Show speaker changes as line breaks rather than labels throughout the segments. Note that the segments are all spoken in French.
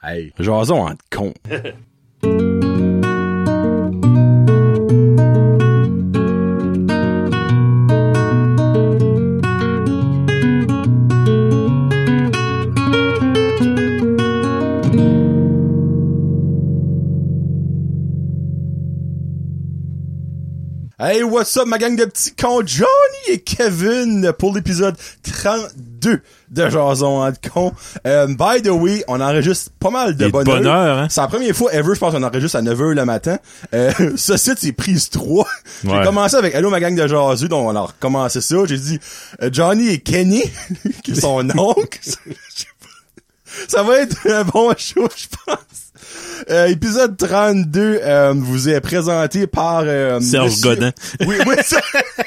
Hey, jason en con. Hey, what's up ma gang de petits cons, Johnny et Kevin pour l'épisode 32 de Jason en con. Euh, by the way, on enregistre pas mal de
Et de
bonnes
bonne heure, hein?
C'est la première fois ever, je pense qu'on enregistre à 9h le matin. Euh, ce site, c'est prise 3. J'ai
Ouais.
commencé avec Hello ma gang de jasus, donc on a recommencé ça. J'ai dit euh, Johnny et Kenny, qui sont oncle. ça va être un bon show, je pense. Euh, épisode 32 euh, vous est présenté par... euh,
Serge Godin.
Oui, oui, c'est-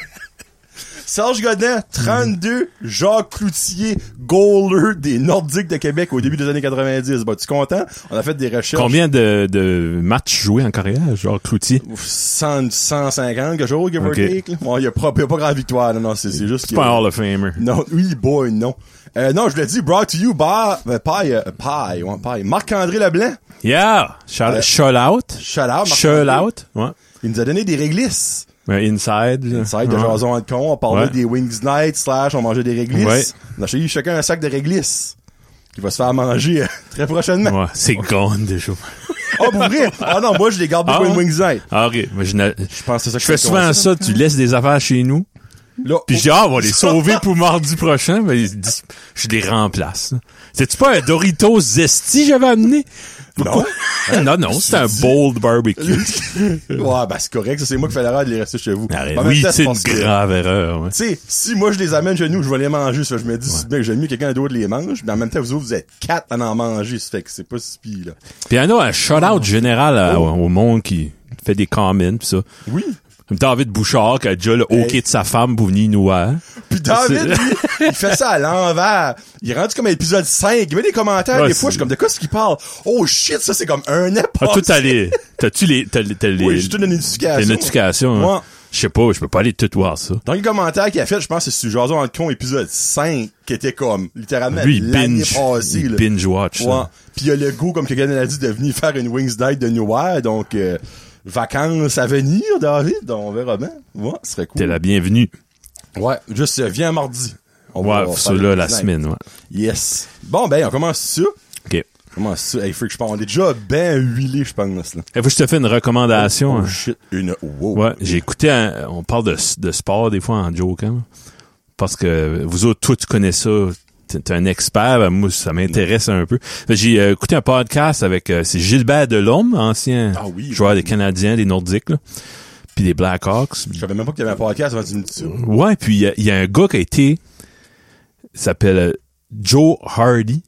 Serge Godin, 32, Jacques Cloutier, goaler des Nordiques de Québec au début des années 90. Bah, tu es content? On a fait des recherches.
Combien de, de matchs joués en carrière, genre Cloutier?
100, 150, quelque chose, give or
Ok.
take, là. Bon, il y a pas, y a pas grande victoire, non, non, c'est, c'est juste
C'est
que-
pas un Hall of Famer.
Non, oui, boy, non. Euh, non, je l'ai dit, brought to you by, euh, pie, euh, pie, ouais, pie. Marc-André Leblanc,
Yeah! Shout,
Euh,
shout out.
shout out,
Shout
Marc-André.
out. Ouais.
Il nous a donné des réglisses.
Mais inside. là.
Ça aide de
Ouais.
jason de con, on parlait
Ouais.
des Wings Night, slash, on mangeait des réglisses.
Ouais.
On a acheté chacun un sac de réglisses. Qui va se faire manger euh, très prochainement.
Ouais, c'est gone déjà.
Oh, pour vrai? Ah non, moi, je les garde beaucoup
Ah,
les
ouais?
Wings Night.
Ah, ok. Mais je, n'a-
Je pense que c'est ça que
je fais souvent ça, tu laisses des affaires chez nous,
Là,
puis
oh,
je dis, ah, on va les sauver pour mardi prochain, mais ils disent, je les remplace. C'est-tu pas un Doritos Zesty que j'avais amené?
non.
non, non, c'est un bold barbecue.
ouais, bah c'est correct, ça, c'est moi qui fais l'erreur de les rester chez vous.
Arrête.
En même
Oui,
temps,
c'est une
parce que,
grave erreur. ouais.
Tu sais, si moi je les amène chez nous, je vais les manger, ça fait que je me dis, c'est bien que j'aime mieux que quelqu'un d'autre les mange, mais en même temps, vous autres, vous êtes quatre à en manger, ça fait que c'est pas si pire, là.
Puis un autre, un
Ah.
shout-out général à-
Oh.
au monde qui fait des comments pis ça.
Oui.
Comme David Bouchard qui a déjà le
Hey.
hockey de sa femme pour venir nous voir.
Puis David, lui, il fait ça à l'envers. Il est rendu comme à l'épisode 5. Il met des commentaires,
Ouais,
des fois, je
c'est-
suis comme, de quoi est-ce qu'il parle? Oh shit, ça, Oh, c'est comme un an
Pas tout
passé.
allé. T'as-tu les, t'as, les- t'as les,
Oui, j'ai tout une éducation.
t'as une éducation, hein?
Ouais.
Je sais pas, je peux pas aller tout voir ça.
Dans les commentaires qu'il a fait, je pense que c'est sur Jason en con épisode 5, qui était comme, littéralement,
Lui, il
l'année
binge,
passée,
il
là.
binge watch.
Ouais.
ça.
Puis il y a le goût, comme quelqu'un l'a dit, de venir faire une Wings Night de Nowhere. Donc, euh, vacances à venir, David. Donc, on verra bien. Ouais, ce serait
T'es
cool.
la bienvenue.
Ouais, juste euh, viens mardi. On va- on
Ouais,
va
ça
faire
là,
le
la
Wings Night.
semaine, ouais.
Yes. Bon, ben, on commence ça.
OK. Eh,
On commence ça. Hey, freak, je pense, on est déjà ben huilé, je pense, là.
Eh, Faut que je te fais une
Oh
recommandation. hein.
shit, une wow.
Ouais, j'ai écouté, un- on parle de, de sport des fois en jokant. Parce que vous autres, toi, tu connais ça. T'es t'es un expert, ben, moi, ça m'intéresse un peu. Fait que J'ai euh, écouté un podcast avec, euh, c'est Gilbert Delhomme, ancien
Ah oui,
joueur des Canadiens, des Nordiques, là, puis des Blackhawks.
Je savais même pas qu'il y avait un podcast avant que tu me dises ça.
Ouais, puis il y a- il y, a un gars qui a été, il s'appelle euh, Joe Hardy.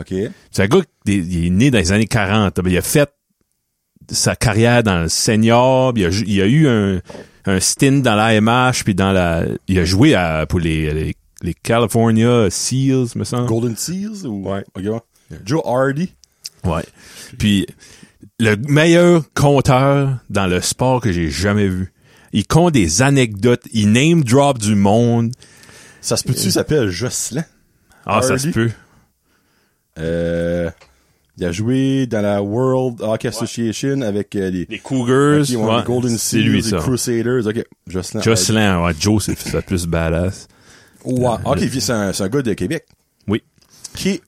OK.
C'est un gars qui est- il est né dans les années 40. Ben, Il a fait sa carrière dans le senior. puis Il a, ju- il a eu un, un stint dans l'AMH. Puis dans la, il a joué à- pour les, les, les California Seals, me semble.
Golden Seals ou? Ouais. OK, bon. Joe Hardy.
Ouais. Puis le meilleur compteur dans le sport que j'ai jamais vu. Il compte des anecdotes. Il name drop du monde.
Ça se
Euh,
peut-tu, il s'appelle Jocelyn?
Ah, ça
Hardy.
se peut.
Euh, il a joué dans la World Hockey Association avec euh, les,
Les Cougars.
qui ont
ouais,
les Golden
c'est lui,
Seals, les
ça.
Crusaders. OK, Jocelyn.
Jocelyn, ouais, Joe, c'est c'est plus badass.
Hardy. Ouais. OK, puis c'est un, c'est un gars de Québec.
Oui.
Qui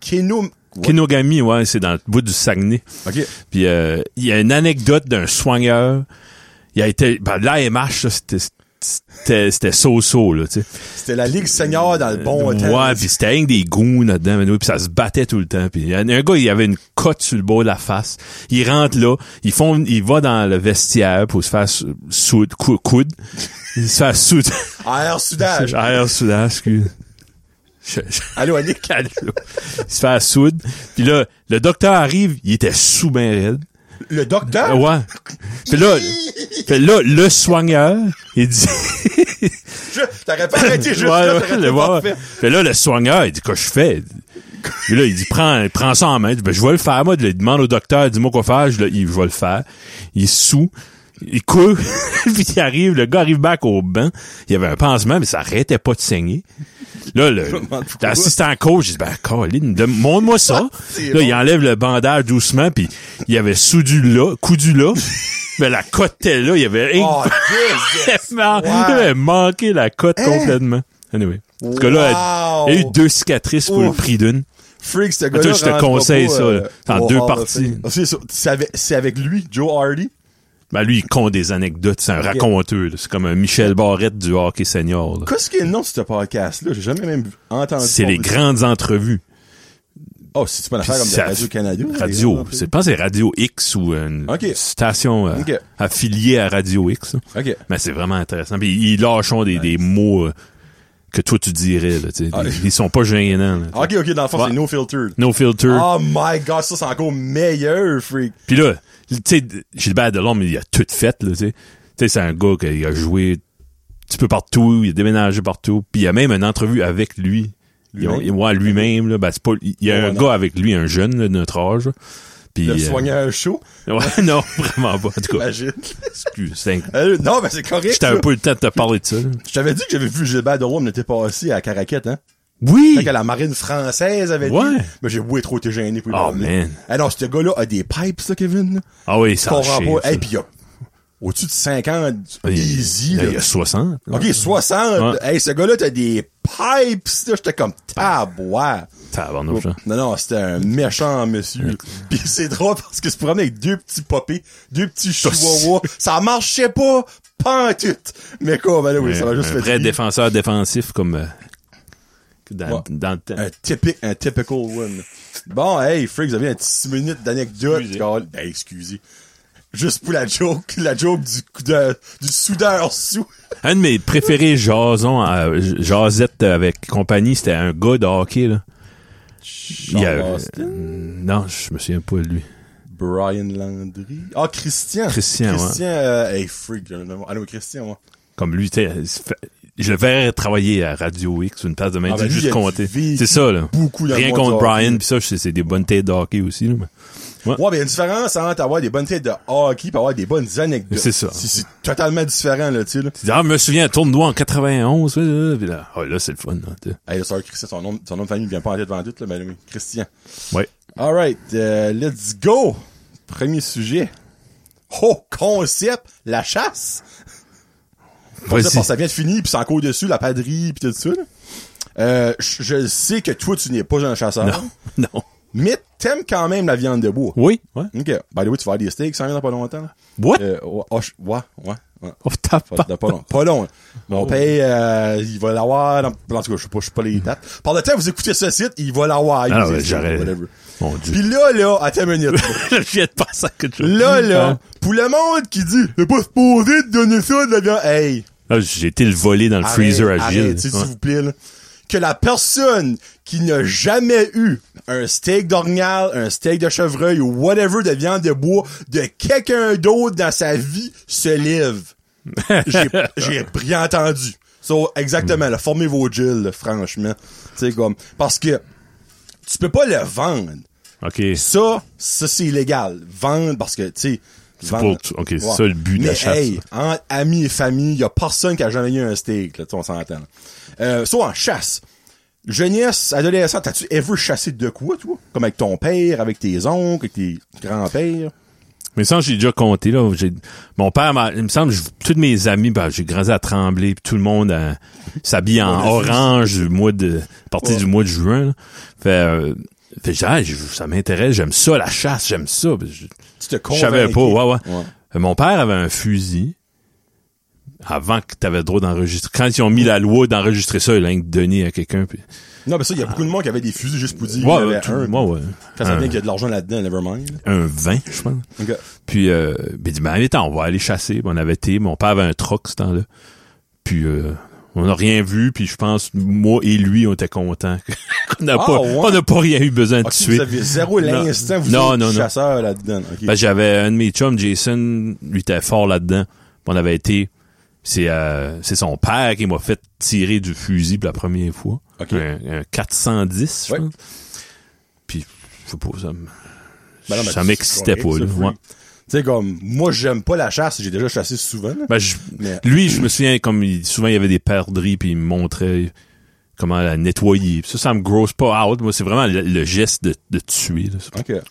qui nous...
Kinogami, ouais, c'est dans le bout du Saguenay.
OK.
Puis euh, il y a une anecdote d'un soigneur. Il a été ben, l'AMH, là, c'était c'était c'était so-so là, tu sais.
C'était la Ligue senior dans le bon temps.
ouais, puis c'était rien que des goons là-dedans, mais oui, puis ça se battait tout le temps. Puis il y en a un gars, il avait une cote sur le bas de la face. Il rentre là, il font il va dans le vestiaire pour se faire sou- soude cou- coude. Il se fait soude.
AR Soudage.
Air soudain, excuse. Je- je-
Allô, Annick?
calme, là. Il se fait à soude. Puis là, le docteur arrive, il était sous ben raide.
Le docteur?
Ouais. Puis là, puis là, le soigneur, il dit...
Je- T'aurais pas arrêté juste
Ouais,
là,
ouais,
t'aurais
le
tout pas
voir.
fait.
Puis là, le soigneur, il dit, que je fais? Puis là, il dit, prends, prends ça en main. Il dit, Ben, je vais le faire, moi. Il demande au docteur, dis-moi quoi faire. Je, le- il- je vais le faire. Il est sous. il court, puis il arrive, le gars arrive back au banc. Il y avait un pansement, mais ça arrêtait pas de saigner. Là, le,
demande pourquoi. Ah,
l'assistant coach, il dit, ben, Colin, de- montre-moi ça.
C'est
là, il enlève le bandage doucement, puis il avait soudu là, coudu là. mais la cote était là, il avait
Oh,
complètement, il avait manqué la cote complètement. Anyway. En tout cas, là, il y a eu
Hein? Wow.
deux cicatrices pour le
Ouf.
prix d'une.
Freak, ce
Attends,
gars-là.
je te
rentre
conseille
pas,
ça,
euh,
là. C'est en
au
deux
Hall of
parties.
Fame. C'est ça. C'est avec, c'est avec lui, Joe Hardy.
Ben, lui, il compte des anecdotes, c'est un raconteur, là. C'est comme un Michel Barrette du hockey senior, là.
Qu'est-ce qu'il y a de nom de ce podcast-là? J'ai jamais même entendu.
C'est
parler
les
de-
grandes entrevues.
Oh, c'est pas une affaire
Puis
comme de
ça-
Radio-Canada?
Radio, c'est pas c'est Radio X ou une
Ok.
station euh,
Ok.
affiliée à Radio X. là.
OK.
Mais c'est vraiment intéressant. Puis ils lâchent des, des mots euh, que toi tu dirais. Là, tu sais.
Ah.
ils, ils sont pas gênants. là.
OK, OK, dans le fond,
Ouais.
c'est No Filter.
No filter.
Oh my god, ça, c'est encore meilleur, freak.
Puis là, tu sais, Gilbert Delorme, il a tout fait, là, tu sais. Tu sais, c'est un gars qui a joué un petit peu partout, il a déménagé partout. Puis il y a même une entrevue avec lui. Ils ont-
Lui-même?
Ouais, lui-même, là. Ben, c'est pas, il y a
Oh,
un
non.
gars avec lui, un jeune là, de notre âge. là. Puis,
Le
euh,
soigneur chaud,
Ouais, non, vraiment pas. En tout cas,
imagine.
excuse. c'est-
Euh, non, mais c'est correct.
J'étais
ça.
un peu le temps de te parler de ça. là.
Je t'avais dit que j'avais vu Gilbert Delorme n'était pas assis à Caraquette, hein?
Oui!
Fait que la marine française avait
Ouais.
dit. Mais j'ai oui trop été gêné pour lui
Oh,
parler.
man.
Ah non, ce gars-là a des pipes, ça, Kevin. là.
Ah oui,
Je
ça a chier,
comprends pas.
ça.
Hey, pis il y a au-dessus de 50,
Il-
easy,
là,
là.
Il y a 60. là.
Ok, 60.
Ouais.
Hey, ce gars-là, t'as des pipes, là. J'étais comme, tabouin.
Tabarnouche, hein.
Non, non, c'était un méchant monsieur. Puis c'est drôle parce que se promenait avec deux petits popés, deux petits chihuahuas. Ça marchait pas, pas en tout. Mais quoi, ben là, oui, ça va
Un
juste
un
fait
vrai
rire.
défenseur défensif comme euh, dans,
Ouais.
dans le temps.
Un typique, un typical one. Bon, hey, Freak, vous avez un petit six minutes d'anecdote.
Excusez.
Carl- Ben, excusez. Juste pour la joke, la joke du, coup de, du soudeur sous.
Un de mes préférés, Jason, euh, J- Jazette avec compagnie, c'était un gars de hockey, là. Il y a-
Charles Austin?
euh,
Hmm.
non, je me souviens pas de lui.
Brian Landry. Ah, Christian.
Christian, ouais.
Christian, euh, hey, Freak, j'ai un nom. Ah non, Christian, ouais.
Comme lui, tu sais, il se fait- je le verrais travailler à Radio X, une place de main,
Ah, ben, lui, il
juste
a
compter.
vécu
C'est ça, là.
beaucoup dans le
Rien
monde
contre
du hockey.
Brian, puis ça, je sais, c'est des bonnes têtes de hockey aussi, là. mais-
Ouais, ben, il y a une différence entre avoir des bonnes têtes de hockey pis avoir des bonnes anecdotes.
C'est ça.
C'est, c'est totalement différent, là, tu sais, là.
Tu dis, ah, je me souviens, un tournoi en 91, là, là, puis là, ah, là, c'est le fun, là, tu sais.
Hey, le sœur Christian, son nom, son nom de famille vient pas en tête devant doute, là, mais oui, Christian.
Ouais.
Alright, euh, let's go! Premier sujet. Oh, concept! La chasse! Ça,
Vas-y.
parce que ça vient de finir, puis c'est encore dessus, la padrie, puis tout ça, là. Euh, je je sais que toi, tu n'es pas un chasseur.
Non, non.
Mais t'aimes quand même la viande de bois.
Oui? Ouais.
OK. By the way, tu vas avoir des steaks, ça vient dans pas longtemps. là.
What?
Euh, ouais, oh, je- ouais, ouais, ouais.
Oh, t'as
Pas,
pas- Oh.
dans pas long. Pas long. hein. Mon père, euh, il va l'avoir. Dans... En tout cas, je sais pas, je sais pas les dates. Par le temps, que vous écoutez ce site, il va l'avoir.
Ah,
Il-
ouais,
c'est-
j'aurais-
whatever.
Mon Dieu.
Puis là, là, attends une minute.
je viens de passer à quelque chose.
là, là, pour le monde qui dit, c'est pas supposé de donner ça de la viande. Hey,
Ah, J'ai été le voler dans le freezer à
arrête,
Gilles.
arrête, s'il
Ouais.
vous plaît, là. Que la personne qui n'a jamais eu un steak d'orignal, un steak de chevreuil ou whatever de viande de bois de quelqu'un d'autre dans sa vie se lève. J'ai- J'ai rien entendu. So, exactement, là, formez vos gilles, là, franchement. Tu sais, comme, parce que tu peux pas le vendre.
OK.
Ça, ça, c'est illégal. Vendre, parce que, tu sais, vendre-
pour- ok, c'est ça le but de la
Mais,
chasse,
Hey,
là.
entre amis et famille, y a personne qui a jamais eu un steak, là, tu sais, on s'entend. là. Euh, soit en chasse. Jeunesse, adolescent, t'as-tu ever chassé de quoi, toi? Comme avec ton père, avec tes oncles, avec tes grands-pères?
Mais ça, j'ai déjà compté, là. J'ai- Mon père, m'a- il me semble, je- tous mes amis, ben, j'ai grandi à trembler, puis tout le monde euh, s'habille en
On a vu.
orange du mois de, à partir
Ouais.
du mois de juin, là. Fait, euh, fait, j'ai dit, ah, j'ai- ça m'intéresse, j'aime ça, la chasse, j'aime ça. Puis je-
Tu te
Je savais pas, ouais, ouais.
Ouais.
Euh, Mon père avait un fusil avant que t'avais le droit d'enregistrer. Quand ils ont mis la loi d'enregistrer ça, il a donné à quelqu'un, puis...
Non, mais ça, y a beaucoup de monde qui avait des fusils juste pour dire
Ouais,
qu'il y en avait
tout- Hein.
un.
ouais, ouais.
Quand ça
Un-
vient qu'il y a de l'argent là-dedans, nevermind. là.
un 20, je pense.
Ok.
Puis, euh, ben, il dit, ben, allez, t'en, on va aller chasser. Puis on avait été, mon père avait un troc, ce temps-là. Puis, euh, on n'a rien vu, puis je pense, moi et lui, on était contents. qu'on n'a
Ah,
pas,
ouais.
on n'a pas rien eu besoin de
Ok,
tuer.
vous avez zéro
Non.
l'instant, vous
Non,
êtes
non, non.
chasseur là-dedans. ok.
Ben, j'avais un de mes chums, Jason, lui était fort là-dedans. Puis on avait été, c'est, euh, c'est son père qui m'a fait tirer du fusil pour la première fois.
Ok.
Un, un 410, je
Ouais.
pense. Puis, je sais pas, ça
Ben
me-
non, mais
ça
c'est
m'excitait pas,
correct,
là.
ça, Freak.
ouais.
sais, comme, moi, j'aime pas la chasse, j'ai déjà chassé souvent, là.
Ben, je-
Mais-
Lui, je me souviens, comme il- souvent, il y avait des perdrix, puis il me montrait comment la nettoyer. Puis Ça, ça me grosse pas out. Moi, c'est vraiment le, le geste de, de tuer. là. C'est-
Ok.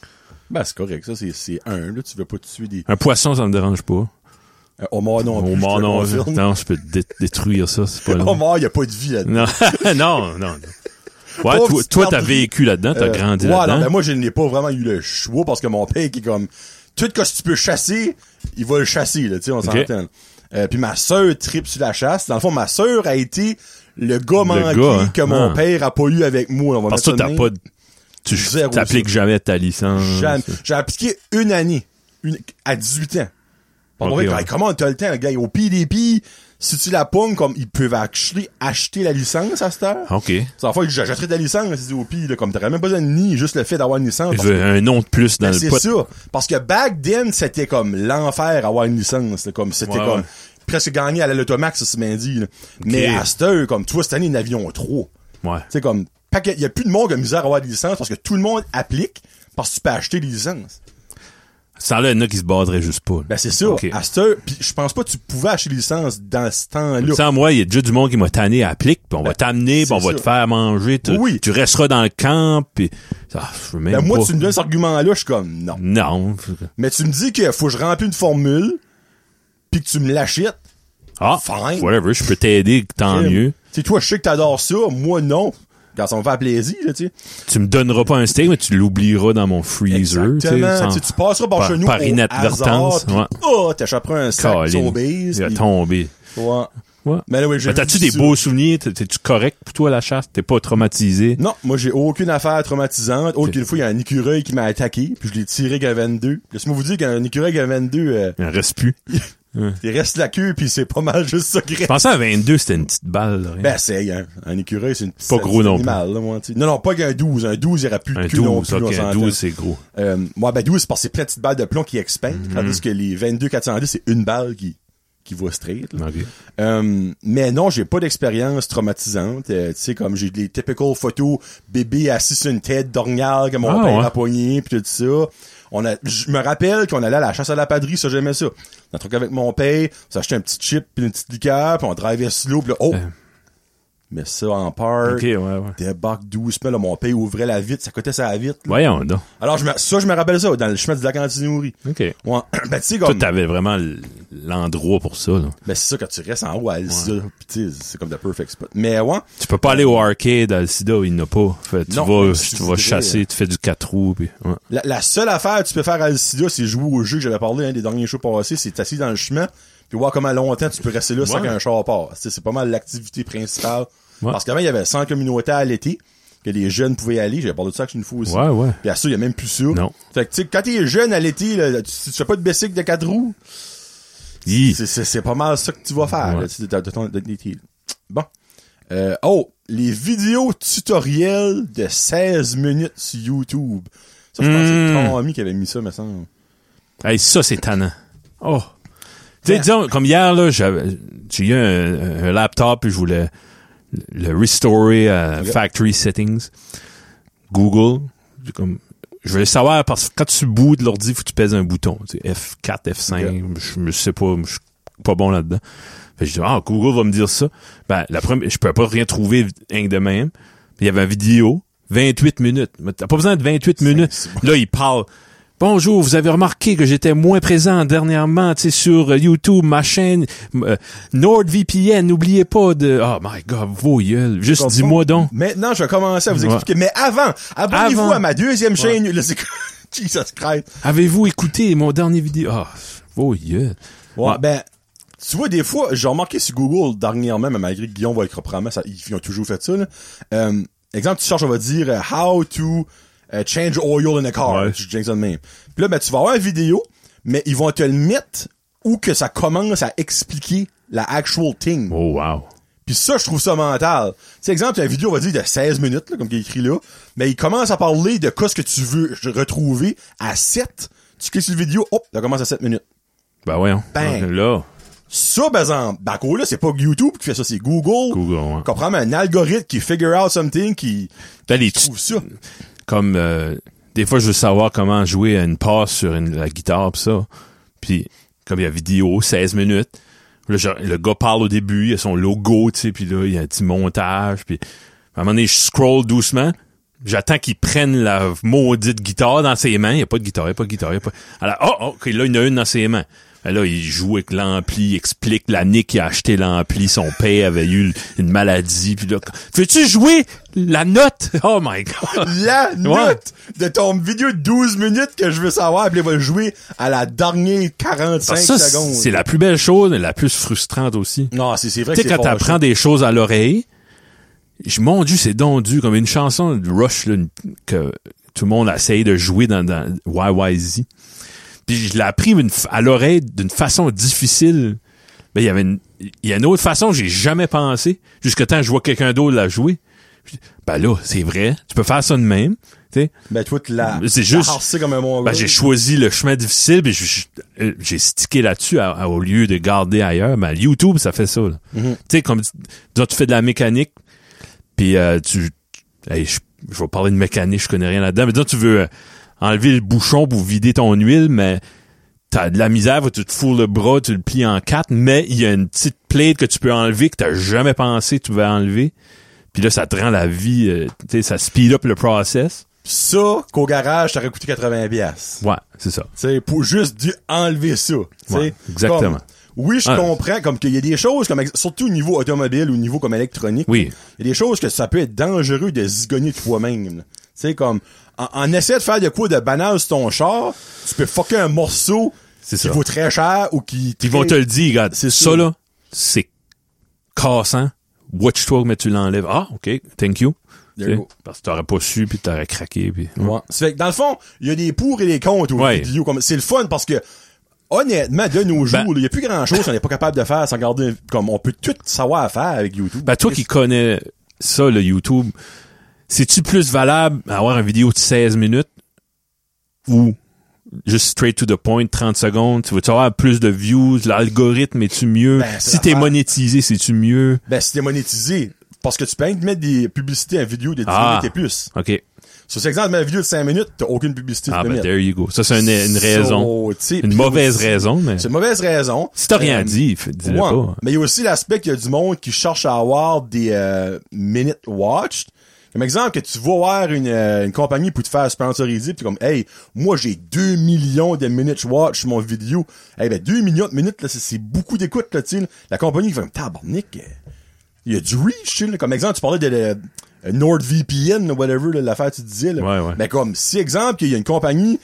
Ben, c'est correct, ça, c'est, c'est un, là, tu veux pas tuer des,
Un poisson, ça me dérange pas.
euh, homards non plus,
Au
je te
mort,
le
non. je-
confirme.
Non, je peux dé- détruire ça. C'est pas long.
Homard, y a pas de vie là-dedans.
non. non, non, non. Ouais,
Pauvre
toi,
petit
toi, t'as
perdrix.
vécu là-dedans, t'as
Euh,
grandi
ouais, non,
là-dedans.
ben moi, je n'ai pas vraiment eu le choix parce que mon père qui est comme, tout ce que tu peux chasser, il va le chasser, là, tu sais, on s'entend. Euh, puis ma sœur tripe sur la chasse. Dans le fond, ma sœur a été le gars manqué
gars, hein.
que mon
Ah.
père a pas eu avec moi. On va
Parce que
mettre
toi,
ça de
t'as
même.
pas. de- Tu
Zéro,
t'appliques jamais ta licence.
Jamais. J'ai appliqué une année. Une, à 18 ans. Mon
Ok,
père,
ouais.
Comment t'as le temps, le gars? Au PDP, si tu la pommes, comme, ils peuvent acheter, acheter la licence à cette heure.
OK.
C'est la fois que j'achèterais de la licence, c'est dit au pire, là, comme t'aurais même pas besoin de ni, juste le fait d'avoir une licence.
Il veut un nom de plus dans
Ben,
le
c'est
pot.
ça. Parce que back then, c'était comme l'enfer avoir une licence. C'était comme, c'était
Ouais,
comme
ouais.
presque gagné à la Lotomax ce lundi. là. Mais à cette heure, comme, tu vois, cette année, ils n'avions trop.
Ouais.
Tu sais, comme, il y a plus de monde qui a misère à avoir des licences parce que tout le monde applique parce que tu peux acheter des licences.
Sans là, il y en a qui se batteraient juste pas. là.
Ben, c'est ça.
Ok.
À cette heure, pis je pense pas que tu pouvais acheter des licences dans ce temps-là.
Sans moi, il y a déjà du monde qui m'a tanné à applique, puis on va t'amener, puis on
Ben, c'est
va
ça.
te faire manger, tu,
Oui.
tu resteras dans le camp, puis ah, je veux même
Ben, moi,
pas. Mm.
tu me donnes cet argument-là, je suis comme, non.
Non.
Mais tu me dis que faut que je remplis une formule puis que tu me l'achètes.
Ah,
Fine.
whatever, je peux t'aider, tant mieux.
Tu sais, toi, je sais que t'adores ça. Moi, non. Quand ça me fait plaisir, là, tu sais.
Tu me donneras pas un steak, mais tu l'oublieras dans mon freezer. tu sais,
Exactement.
sans-
Tu sais, tu passeras par,
par-
chez nous
par
au
inadvertance,
hasard, puis,
ouais.
Oh, t'échapperas un sac
Colin,
sur base.
Il a
puis-
tombé.
Ouais.
Ouais.
Mais là, oui, j'ai
Mais t'as-tu
vu
des
ça.
beaux souvenirs? T'es- T'es-tu correct pour toi à la chasse? T'es pas traumatisé?
Non, moi, j'ai aucune affaire traumatisante. Autre
C'est-
qu'une fois, il y a un écureuil qui m'a attaqué, puis je l'ai tiré qu'à 22. Laisse-moi vous dire qu'un écureuil à 22, euh,
Il en reste plus.
il reste la queue, puis c'est pas mal juste ça qui
Je
reste.
pensais à 22, c'était une petite balle. là, rien.
Ben, c'est, hein. Un écureuil, c'est une petite.
Pas gros non
animal, là, moi, tu sais. Non, non, pas qu'un 12. Un 12, il n'y aura Ben, plus de
un
cul non
12,
plus,
ok,
on
un
s'entend.
12, c'est gros.
Euh, moi, ben 12, c'est parce que c'est plein de petites balles de plomb qui expandent,
Mhm.
tandis que les 22-410, c'est une balle qui, qui va straight. là.
Ok.
Euh, mais non, j'ai pas d'expérience traumatisante. Euh, tu sais, comme j'ai des typical photos, bébé assis sur une tête d'orgnale que mon
Ah,
père
ouais.
a poigné, pis tout ça. On a, je me rappelle qu'on allait à la chasse à la padrie, ça j'aimais ça. Un truc avec mon père, on s'achetait un petit chip pis une petite liqueur, pis on drivait slow, pis là, oh!
Euh.
Mais ça en park,
Ok, ouais, ouais.
débarque doucement, là, mon père ouvrait la vitre, ça coûtait sa vitre. là.
Voyons donc.
Alors, je me, ça, je me rappelle ça, dans le chemin de la cantinerie.
Ok.
Ouais. ben, tu sais,
Toi,
comme,
t'avais vraiment l- l'endroit pour ça. là.
ben, c'est ça, quand tu restes en haut à Alza, pis tu sais, c'est comme the perfect spot. Mais, ouais.
Tu peux pas aller au arcade à Alcida, il n'y en a pas. Fait, tu
Non,
vas,
même si
tu
tu
vas
voudrais,
chasser, tu fais du 4 roues. Puis, ouais.
La, la seule affaire que tu peux faire à Alcida, c'est jouer au jeu que j'avais parlé, hein, des derniers shows passés, c'est t'assis dans le chemin, puis voir comment longtemps tu peux rester là sans
Ouais.
qu'un char passe. Tu sais, C'est pas mal l'activité principale.
Ouais.
Parce qu'avant, il y avait 100 communautés à l'été, que les jeunes pouvaient y aller. J'avais parlé de ça que une fois aussi.
ouais, ouais.
Puis à ça, il y a même plus ça.
Non.
Fait que, tu sais, quand t'es jeune à l'été, là, tu, tu fais pas de bicycle de quatre roues,
Hi.
C'est- C'est c'est pas mal ça que tu vas faire
Ouais.
là, tu sais, de, de ton de- de- de- Bon. Euh, oh, les vidéos tutoriels de 16 minutes sur YouTube. Ça, je pense que c'est
Hmm.
ton ami qui avait mis ça, me semble.
Hey, ça, c'est tannant. Oh. Tu sais,
Ouais.
disons, comme hier, là, j'avais- j'ai eu un, un laptop et je voulais le restorer à
Ok.
factory settings. Google. J'ai Comme, je voulais savoir parce que quand tu bouts de l'ordi, faut que tu pèses un bouton. tu sais, F4, F5, je me sais pas, je suis pas bon là-dedans. Fait que je dis, ah, Google va me dire ça. Ben, la première, je peux pas rien trouver rien que de même. Il y avait une vidéo, 28 minutes. Mais T'as pas besoin de 28 minutes. Là, il parle. Bonjour, vous avez remarqué que j'étais moins présent dernièrement, tu sais, sur euh, YouTube, ma chaîne, m- euh, NordVPN, n'oubliez pas de... Oh my God, vos gueules. Juste
Comprends?
dis-moi donc.
Maintenant, je vais commencer à vous expliquer. Mais avant, abonnez-vous
Avant.
à ma deuxième chaîne. Là, c'est- Jesus Christ.
Avez-vous écouté mon dernier vidéo? Ah, vos yeux.
Ouais,
Ouais.
ben, tu vois, des fois, j'ai remarqué sur Google dernièrement, même malgré que Guillaume va être probablement, ça, ils ont toujours fait ça, là. Euh, exemple, tu cherches, on va dire, euh, how to euh, change oil in a car.
Ouais.
Je dis ça de même. Puis là, ben, tu vas avoir une vidéo, mais ils vont te le mettre ou que ça commence à expliquer la actual thing.
Oh, wow.
Puis ça, je trouve ça mental. Tu sais, exemple, il y a une vidéo, on va dire, de 16 minutes, là, comme il est écrit là, mais il commence à parler de quoi ce que tu veux retrouver à 7. Tu cliques sur la vidéo, hop, ça commence à 7 minutes.
Ben voyons.
Bang.
Là,
Ça, par exemple, ben, quoi, là, c'est pas YouTube qui fait ça, c'est Google.
Google, hein. ouais.
Comprends, mais un algorithme qui figure out something, qui
t'as les tu-
trouve ça.
comme euh, des fois je veux savoir comment jouer à une passe sur une, la guitare pis ça Puis comme il y a vidéo, 16 minutes. Là, je- le gars parle au début, il y a son logo, tu sais, puis là, il y a un petit montage. Puis à un moment donné, je scroll doucement. J'attends qu'il prenne la maudite guitare dans ses mains. Il n'y a pas de guitare, il n'y a pas de guitare. il Y a pas... Alors, oh, oh, OK, là, il y en a une dans ses mains. Ben Là, il joue avec l'ampli, il explique l'année qu'il a acheté l'ampli. Son père avait eu une maladie. Puis là, veux-tu jouer la note? Oh my God!
La note de ton vidéo de 12 minutes que je veux savoir, puis il va le jouer à la dernière 45
Ah, Ça,
secondes.
c'est la plus belle chose, mais la plus frustrante aussi.
Non, c'est c'est vrai
Tu
que
sais,
c'est
quand
fâcheux.
t'apprends des choses à l'oreille, je, mon Dieu, c'est dondu. Comme une chanson de Rush, là, une- que tout le monde a essayé de jouer dans, dans YYZ. Puis je l'ai appris une f- à l'oreille d'une façon difficile. Mais il y avait une, il y a une autre façon que j'ai jamais pensé. Jusque temps, que je vois quelqu'un d'autre la jouer. Je dis, Ben là, c'est vrai. Tu peux faire ça de même. Tu sais.
Ben, toi, tu l'as.
C'est
t'as
juste-
harcé comme un mongol.
Ben, j'ai choisi le chemin difficile, puis je- je- euh, j'ai stické là-dessus à- à- au lieu de garder ailleurs. Ben, YouTube, ça fait ça. là. Tu sais, comme tu- disons, tu fais de la mécanique, puis euh, tu... hey, je, je vais parler de mécanique, je connais rien là-dedans, mais disons, tu veux euh, enlever le bouchon pour vider ton huile, mais t'as de la misère, faut que tu te fous le bras, tu le plies en quatre, mais il y a une petite plaide que tu peux enlever que t'as jamais pensé que tu vas enlever. Puis là, ça te rend la vie, euh, tu sais, ça speed up le process.
Ça, qu'au garage, t'aurait coûté 80 pièces.
Ouais, c'est ça.
C'est pour juste dû enlever ça. t'sais.
Ouais, exactement.
Comme- oui, je
Ah.
comprends comme qu'il y a des choses comme ex- surtout au niveau automobile, au niveau comme électronique.
Oui.
Il y a des choses que ça peut être dangereux de zigonner toi-même. Tu sais comme en, en essayant de faire de quoi de banal sur ton char, tu peux fucker un morceau
C'est
qui
ça.
vaut très cher ou qui
Ils vont te le dire, regarde,
C'est
c'est
sûr.
ça, là, c'est cassant. Watch-toi, mais tu l'enlèves. Ah, OK, thank you.
There you
Tu
go.
sais, Parce que t'aurais pas su, puis t'aurais craqué, puis...
Ouais. Ça fait que dans le fond, il y a des pour et des contre aux
Ouais.
vidéos. Comme, c'est le fun parce que, honnêtement, de nos jours,
Ben-
il n'y a plus grand chose qu'on n'est pas capable de faire sans garder, comme, on peut tout savoir à faire avec YouTube.
Ben, toi qui connais ça, le YouTube, c'est-tu plus valable à avoir une vidéo de 16 minutes ou juste straight to the point, 30 secondes? Tu veux-tu avoir plus de views? L'algorithme est-tu mieux?
Ben, c'est
si t'es
l'affaire.
monétisé, c'est-tu mieux?
Ben, si t'es monétisé, parce que tu peux même te mettre des publicités à vidéo de 10
Ah.
minutes et plus.
OK.
Sur cet exemple, ma vidéo de 5 minutes, t'as aucune publicité.
Ah,
de
ben,
mettre.
there you go. Ça, c'est une, une
So,
raison.
tu sais,
Une
puis
mauvaise
aussi-
raison, mais...
C'est une mauvaise raison.
Si t'as rien
Euh,
dit, f- dis-le
Ouais.
pas.
Mais il y a aussi l'aspect qu'il y a du monde qui cherche à avoir des euh, minute watched. Comme exemple, que tu vas voir une, euh, une compagnie pour te faire sponsoriser, pis t'es comme, hey, moi j'ai 2 millions de minutes watch sur mon vidéo. Hey, ben 2 millions de minutes, là, c'est- c'est beaucoup d'écoute, là, tu sais. là. La compagnie qui fait comme, tabarnak, euh, il y a du reach, tu sais, là. Comme exemple, tu parlais de euh, NordVPN, whatever, là, l'affaire que tu disais, là.
Ouais, ouais.
Ben, comme, si exemple, qu'il y a une compagnie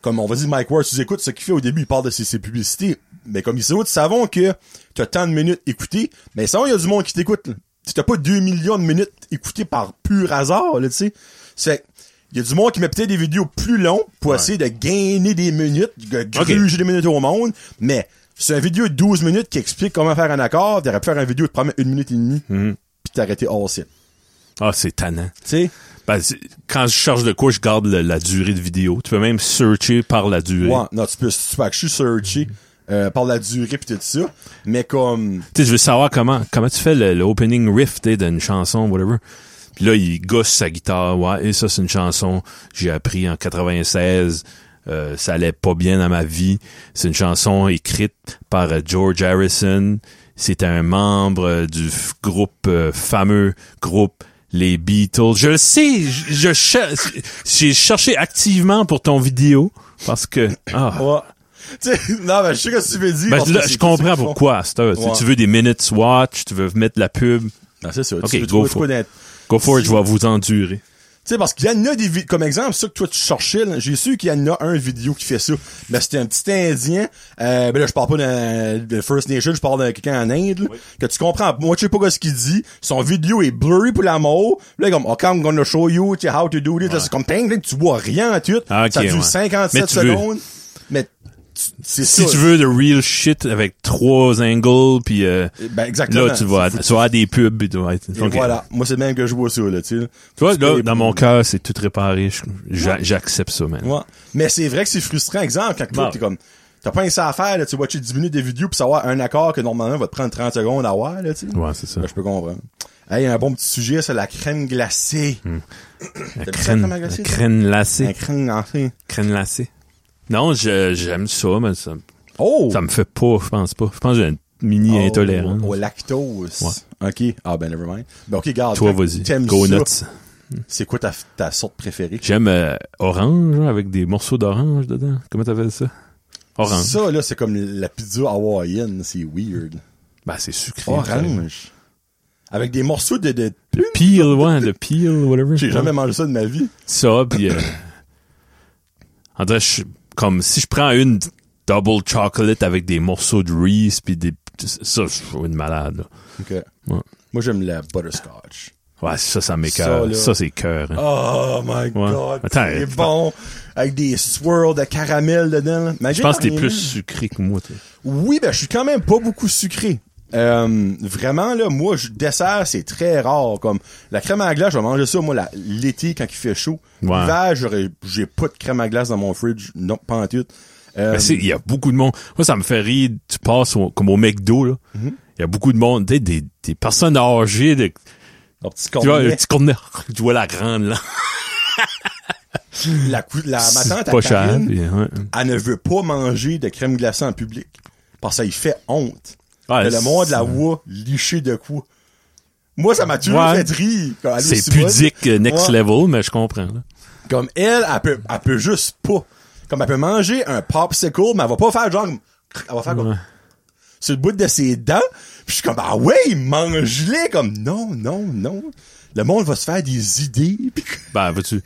comme on va dire Mike Ward, tu écoutes ce qu'il fait au début, il parle de ses, ses publicités. Mais comme il sait, autre, savons que tu as tant de minutes écoutées, mais savons, il y a du monde qui t'écoute. là. Tu t'as pas 2 millions de minutes écoutées par pur hasard, là, tu sais. C'est il y a du monde qui met peut-être des vidéos plus longues pour essayer de gagner des minutes, de gruger des minutes au monde, mais c'est une vidéo de 12 minutes qui explique comment faire un accord, t'aurais pu faire une vidéo de prendre une minute et demie, puis t'arrêter hors site.
Ah, c'est tannant.
Tu sais?
Ben, c'est- quand je cherche de quoi, je garde le- la durée de vidéo. Tu peux même searcher par la durée.
Ouais, non, tu peux, tu peux, je suis searché, euh, par la durée pis tout ça, mais comme,
Tu sais, je veux savoir comment comment tu fais le, le opening riff tu sais, d'une chanson, whatever. Puis là, il gosse sa guitare. Ouais, et ça, c'est une chanson j'ai appris en 96. Euh, ça allait pas bien dans ma vie. C'est une chanson écrite par euh, George Harrison. C'était un membre euh, du f- groupe euh, fameux groupe les Beatles. Je le sais, je, je cher- j'ai cherché activement pour ton vidéo parce que ah,
Ouais. Tu sais, non, mais je sais ce que tu veux dire.
Ben,
parce
là,
que
je
c'est-
comprends
c'est-
pourquoi. à cette heure. Tu-
Ouais.
Tu veux des minutes watch, tu veux mettre la pub.
Non, c'est ça.
Ok,
tu veux
go
trouver de
for
quoi
it.
d'être-
Go for it, je vais vous endurer.
Tu sais, parce qu'il y en a des vidéos, comme exemple, ça que toi tu cherchais, là, j'ai su qu'il y en a un vidéo qui fait ça. Mais c'était un petit Indien, euh, ben là, je parle pas d'un- de First Nation, je parle de quelqu'un en Inde, là, que tu comprends, moi tu sais pas ce qu'il dit, son vidéo est blurry pour la mort, là, il est comme, ok, I'm gonna show you, tu sais, how to do this, Là, c'est comme, ping, ping, tu vois rien en tout,
Ah, ok,
ça dure
ouais.
57
Mais tu veux-
secondes, mais tu- c'est
Si
ça.
tu veux de real shit avec trois angles, puis euh,
Ben, exactement.
là, tu vas, tu vas avoir des pubs. puis tu vas être-
Et
ok.
voilà, moi c'est le même que je vois ça, là, tu sais.
Tu vois, là,
peux-
dans mon cœur, c'est tout réparé. Je- j'a- J'accepte ça, man.
Ouais. Mais c'est vrai que c'est frustrant. Exemple, quand
Bah.
tu t'es comme, t'as pas un ça à faire, là, tu vas watcher 10 minutes de vidéo pis savoir un accord que normalement va te prendre 30 secondes à voir, là, tu sais.
Ouais, c'est ça.
Ben, je peux comprendre. Hey, un bon petit sujet, c'est la crème glacée.
Hmm. La
T'aimes ça,
crène,
comme
la
agressif?
crène lacée.
La crème glacée.
Crène lacée. Non, je- j'aime ça, mais ça,
Oh!
Ça me fait pas, je pense pas. Je pense que j'ai une mini
Oh,
intolérance.
Au lactose.
Ouais.
OK. Ah, ben, nevermind. Ben, OK, garde.
Toi,
Fait-
vas-y.
T'aimes
Go
ça.
nuts.
C'est quoi ta, ta sorte préférée?
J'aime euh, orange hein, avec des morceaux d'orange dedans. Comment t'appelles ça? Orange.
Ça, là, c'est comme la pizza hawaïenne. C'est weird.
Ben, c'est sucré.
Orange. Avec des morceaux de... de...
Le peel, ouais, le peel, whatever.
J'ai
Ouais.
jamais mangé ça de ma vie.
Ça, puis... euh, en vrai, je suis- comme si je prends une double chocolate avec des morceaux de Reese, puis des... Ça, je suis une malade, là.
OK.
Ouais.
Moi, j'aime la butterscotch.
Ouais, ça, ça
Ça,
m'écoeure.
là.
Ça, c'est cœur. hein.
Oh my God.
Attends,
c'est
je-
bon. Avec des swirls de caramel dedans. là. Imagine
je pense que t'es
rien.
plus sucré que moi, toi.
Oui, ben je suis quand même pas beaucoup sucré. Euh, vraiment là, moi je dessert c'est très rare comme la crème à glace, je vais manger ça moi la- l'été quand il fait chaud.
Ouais.
L'hiver, j'aurais j'ai pas de crème à glace dans mon fridge, non pas en tout. Euh,
Ben, c'est- il y a beaucoup de monde. Moi, ça me fait rire. Tu passes au- comme au McDo, là. Il
Mm-hmm.
y a beaucoup de monde. Tu sais, des, des personnes âgées. de-
un petit
tu vois,
cornet,
un petit cornet. Tu vois la grande, là.
la cou- la Ah, ma tante,
C'est
à
pas cher.
Karine,
puis, ouais.
elle ne veut pas manger de crème glacée en public parce que ça lui fait honte.
Ouais,
Que le monde
Ah, c'est-
la voit liché de quoi. Moi ça m'a toujours
Ouais.
fait rire. quand elle est aussi
C'est
bonne.
pudique, euh, next
Ouais.
level, mais je comprends, là.
Comme elle, elle peut, elle peut juste pas. Comme elle peut manger un popsicle, mais elle va pas faire genre comme- elle va faire comme
Ouais.
sur le bout de ses dents. Puis je suis comme ah ouais, mange-les comme non, non, non. Le monde va se faire des idées. Puis que-
Ben, vois-tu.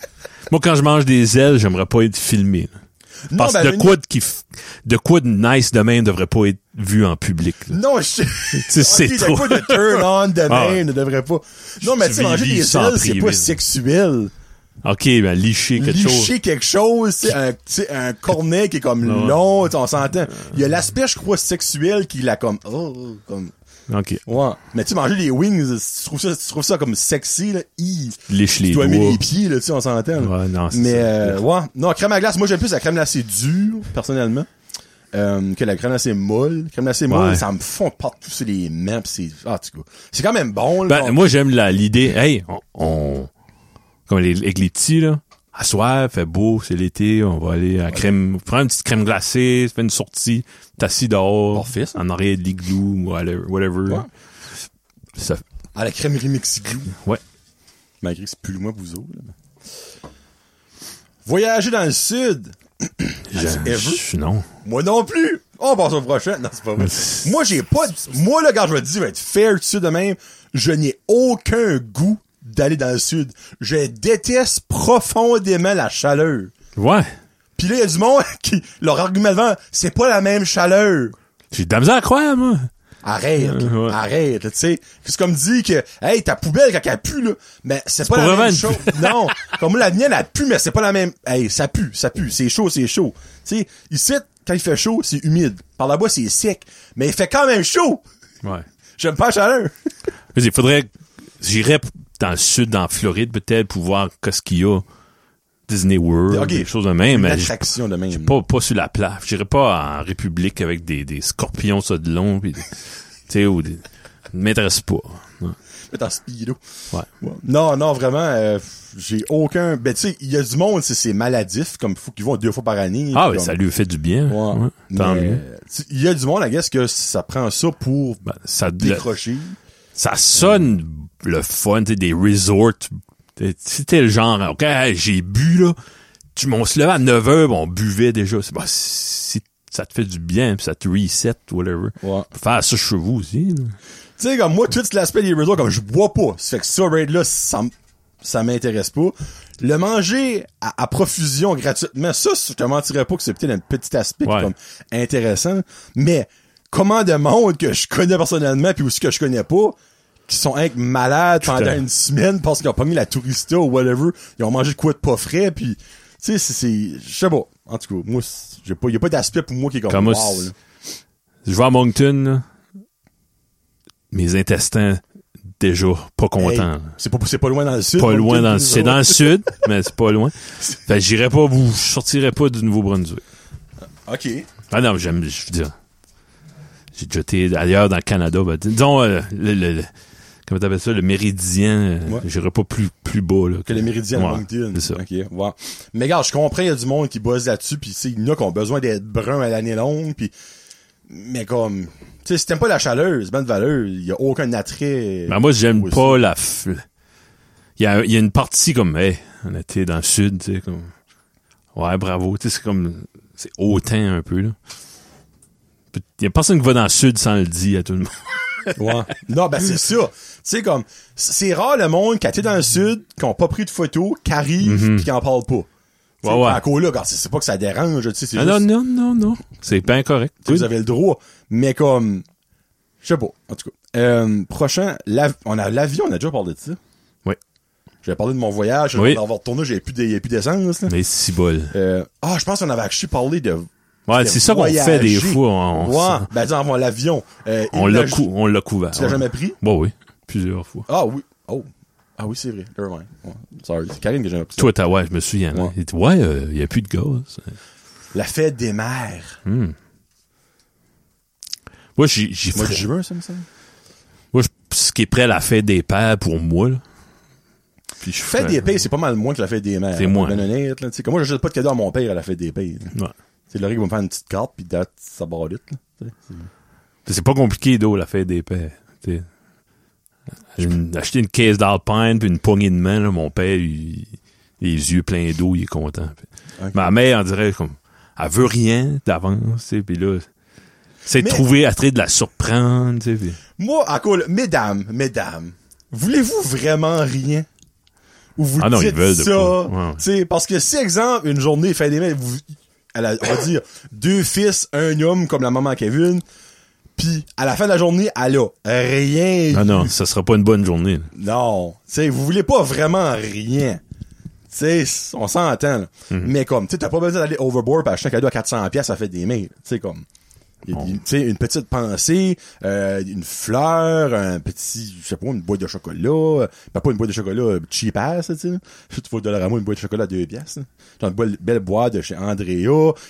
Moi, quand je mange des ailes, j'aimerais pas être filmé. là.
Non,
Parce que
ben,
de
Denis-
quoi de, qui f- de quoi de nice de même devrait pas être vu en public. là.
Non, je
sais, c'est
Ok, ben, de
trop.
quoi de turn on de même
Ah ouais.
ne devrait pas. Non, mais
Tu
tu sais, manger
vis-
des
vis sans
ailes, c'est
priver,
pas
là.
sexuel.
Ok, ben licher quelque chose. Ah
Licher quelque chose, c'est un, tu sais, un cornet qui est comme
Ouais.
long, tu sais, on s'entend. Il y a l'aspect, je crois, sexuel qui l'a comme, oh, comme,
Ok,
Ouais. Mais tu sais, manger des wings, tu trouves ça, tu trouves ça comme sexy, là. Hi.
liche les
Tu dois
doigts.
aimer les pieds, là, tu sais, on s'entend. là.
Ouais, non, Ah, c'est
Mais,
ça.
euh, ouais. Non, crème à glace, moi, j'aime plus la crème glacée dure, personnellement. euh, que la crème glacée molle. La crème glacée molle,
Ouais.
ça me fond partout sur les mains pis c'est, ah, tu vois. C'est quand même bon, là.
Ben,
Bon.
moi, j'aime la- l'idée, hey, on, on- comme les, avec les petits, là, à soir, fait beau, c'est l'été, on va aller à crème, prendre une petite crème glacée, fais une sortie, t'assis dehors,
Parfait, ça.
en arrière de l'igloo, whatever. whatever.
Ouais.
Ça,
À la crèmerie Mexico.
ouais.
Malgré que c'est plus loin que vous autres, là. Voyager dans le sud.
Je-
ever?
je- non.
Moi non plus! On passe au prochain. Non, c'est pas vrai. Moi, j'ai pas. de- Moi, là, quand je vais te dire, je vais être fair dessus de même, je n'ai aucun goût d'aller dans le sud. Je déteste profondément la chaleur.
Ouais.
Puis là, il y a du monde qui. Leur argument devant, c'est pas la même chaleur.
J'ai de la misère à croire, moi.
Arrête, là.
Euh, Ouais.
arrête, là, tu sais. C'est comme dit que, hey, ta poubelle quand elle pue, là, mais c'est pas
pas
la
vraiment
même
une
chose. non, comme moi, la mienne, elle pue, mais c'est pas la même. Hey, ça pue, ça pue, c'est chaud, c'est chaud. Tu sais, ici, quand il fait chaud, c'est humide. Par là-bas, c'est sec, mais il fait quand même chaud.
Ouais.
J'aime pas la chaleur.
Mais Il faudrait, j'irais p- dans le sud, dans la Floride, peut-être, pour voir qu'est-ce qu'il y a. Disney World,
Ok.
des choses de même,
Une
mais j-
attraction de même.
pas, pas sur la plage. J'irais pas en République avec des, des scorpions, ça, de long, pis, des- tu sais, ou des, m'intéresse pas. Ouais.
Faites en speedo.
Ouais.
Ouais. Non, non, vraiment, euh, j'ai aucun. Ben, tu sais, il y a du monde, c'est- c'est maladif, comme il faut qu'ils vont deux fois par année.
Ah,
puis
ouais,
comme-
ça lui fait du bien.
Ouais.
Ouais. Tant
Mais, euh,
mieux.
tu- Il y a du monde, I guess, que ça prend ça pour
Ben, ça, le-
décrocher.
ça sonne le fun, tu sais, des resorts. T'sais, Si t'es le genre, OK, hey, j'ai bu, là, tu, on se levait à 9 h on buvait déjà. C'est pas si ça te fait du bien, puis ça te reset, whatever.
Ouais.
Faire ça chez vous aussi. là.
Tu sais, comme moi, tout l'aspect des resorts, comme je bois pas. Ça fait que ça, raid là, ça, m- ça m'intéresse pas. Le manger à, à profusion gratuitement, ça, je te mentirais pas que c'est peut-être un petit aspect qui est
Ouais.
comme intéressant. Mais comment de monde que je connais personnellement puis aussi que je connais pas, qui sont hein, malades pendant
à-
une semaine parce qu'ils ont pas mis la tourista ou whatever, ils ont mangé de quoi de pas frais puis tu sais, c'est, c'est- je sais pas. En tout cas, moi, c'est- j'ai pas, y a pas d'aspect pour moi qui est comme,
Comme moi,
wow, là.
Je vais à Moncton, là, mes intestins, déjà pas
Hey,
contents. là.
c'est pas, c'est pas loin dans le sud.
Pas
donc,
loin
tout-
dans le
tout-
C'est dans le sud, mais c'est pas loin. Fait que j'irai pas, vous, je sortirai pas du Nouveau-Brunswick.
OK.
Ah non, j'aime, je veux dire. J'ai jeté ailleurs dans le Canada. ben, disons, euh, le, le- le- comment t'appelles ça, le méridien,
Ouais.
je j'irai pas plus, plus bas, là.
Que le méridien
Ouais,
de Moncton.
C'est ça.
OK, wow. Mais gars, je comprends, il y a du monde qui bosse là-dessus, puis tu sais, il y en a qui ont besoin d'être bruns à l'année longue, puis mais comme, tu sais, si t'aimes pas la chaleur, c'est bonne valeur, il y a aucun attrait.
Ben, moi, j'aime
Moi
pas la, f- il y a, il y a une partie comme, hey, on était dans le sud, tu sais, comme, ouais, bravo, tu sais, c'est comme, c'est hautain un peu, là. Il y a personne qui va dans le sud sans le dire à tout le monde.
Ouais. non, ben c'est ça. Tu sais comme, c'est rare le monde qui a été dans le sud, qui ont pas pris de photos, qui arrive, puis qui en parle pas. Tu sais,
Mm-hmm. Ouais, ouais.
En colo, gars, c'est c'est pas que ça dérange, tu sais, c'est
Ah,
juste-
non, non, non, non. C'est bien correct.
vous avez le droit. Mais comme, je sais pas, en tout cas. Euh, prochain, l'av- on a l'avion, on a déjà parlé de ça.
Oui.
J'avais parlé de mon voyage,
Oui.
oui. d'avoir retourné, j'avais plus d'e- plus d'essence. là.
Mais si bol.
Euh, Ah, je pense qu'on avait acheté parlé de.
Ouais,
de
c'est ça qu'on fait des
voyager.
fois. On, on-
ouais, ben disons, avant l'avion. euh,
on
il
l'a
ju-
cou- on l'a couvert.
Tu l'as
ouais.
jamais pris?
Bon, oui. Plusieurs fois.
Ah oui. Oh. Ah oui, c'est vrai. Never mind. Ouais. Sorry, c'est Karine que j'ai pris. ça.
Toi, t'as, ouais, je me souviens. là.
Ouais.
Il dit, Ouais, euh, il n'y a plus de gaz.
La fête des mères.
Hmm. Moi, j'y, j'y
Moi,
ferais-
j'ai vu ça, me semble.
moi, je- ce qui est prêt à la fête des pères pour moi, là. Puis je
Fête
ferais-
des pays, c'est pas mal moins que la fête des mères.
C'est moins.
Ben honnête, là. Tu sais, comme moi, j'achète pas de cadeau à mon père à la fête des pays. là.
Ouais.
C'est Laurie qui va me faire une petite carte, puis date, ça barre vite, là. Tu sais, c'est-
C'est pas compliqué, d'eau, la fête des pères. Tu sais. Une- acheter une caisse d'alpine puis une poignée de main, là, mon père, il, les yeux pleins d'eau, il est content. Puis-
Ok.
Ma mère, on dirait, comme, elle veut rien d'avance, tu sais, puis là, c'est de
Mais-
trouver à trait de la surprendre, tu sais, puis-
Moi, à cause, mesdames, mesdames, voulez-vous vraiment rien? Ou vous
Ah non,
dites
ils veulent de
ça?
quoi. Ouais, ouais.
tu sais, Parce que si, exemple, une journée, fait des mains, vous, à la- on va dire, deux fils, un homme, comme la maman à Kevin, puis à la fin de la journée, elle a rien.
Ah non, ça sera pas une bonne journée. là.
Non. Tu sais, vous voulez pas vraiment rien. Tu sais, on s'entend, là. Mais comme, tu sais, t'as pas besoin d'aller overboard pis acheter un cadeau à 400 pièces ça fait des mails. Tu sais, comme. y a- y- Tu sais, une petite pensée, euh, une fleur, un petit, je sais pas, une boîte de chocolat. euh, Ben, pas une boîte de chocolat euh, cheap ass, là, tu sais. Tu vois, dollar à moi, une boîte de chocolat à deux pièces. là. Genre une belle, belle boîte de chez Andrea,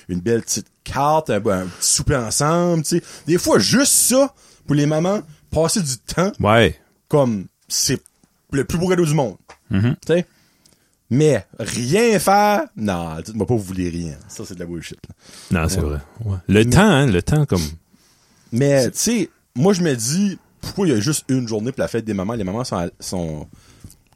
une belle petite carte, un, un petit souper ensemble, tu sais. Des fois, juste ça, pour les mamans, passer du temps
Ouais.
comme c'est le plus beau cadeau du monde.
Mm-hmm.
Tu sais? Mais rien faire, non, dites-moi pas vous voulez rien. Ça, c'est de la bullshit. là.
Non, c'est vrai. Ouais. Le temps, hein, le temps, comme.
Mais, tu sais, moi, je me dis, pourquoi il y a juste une journée pour la fête des mamans? Les mamans sont, à- sont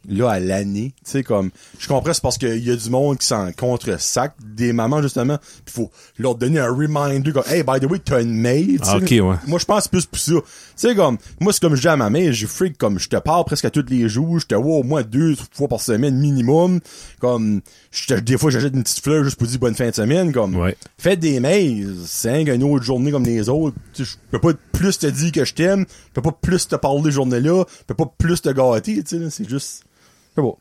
là à l'année. Tu sais, comme, je comprends, c'est parce qu'il y a du monde qui s'en contre-sac des mamans, justement. Puis faut leur donner un reminder, comme, hey, by the way, t'as une maid. tu sais.
Ah, ok, ouais.
Moi, je pense plus pour ça. Tu sais, comme, moi, c'est comme je dis à ma mère, j'ai freak, comme, je te parle presque à tous les jours, je te vois au moins deux fois par semaine minimum. Comme, je te- des fois, j'achète une petite fleur juste pour dire bonne fin de semaine, comme.
Ouais.
Faites des mails, c'est une autre journée comme les autres. Tu sais, je peux pas plus te dire que je t'aime, je peux pas plus te parler de journée-là, je peux pas plus te gâter, tu sais, là, c'est juste, je sais pas.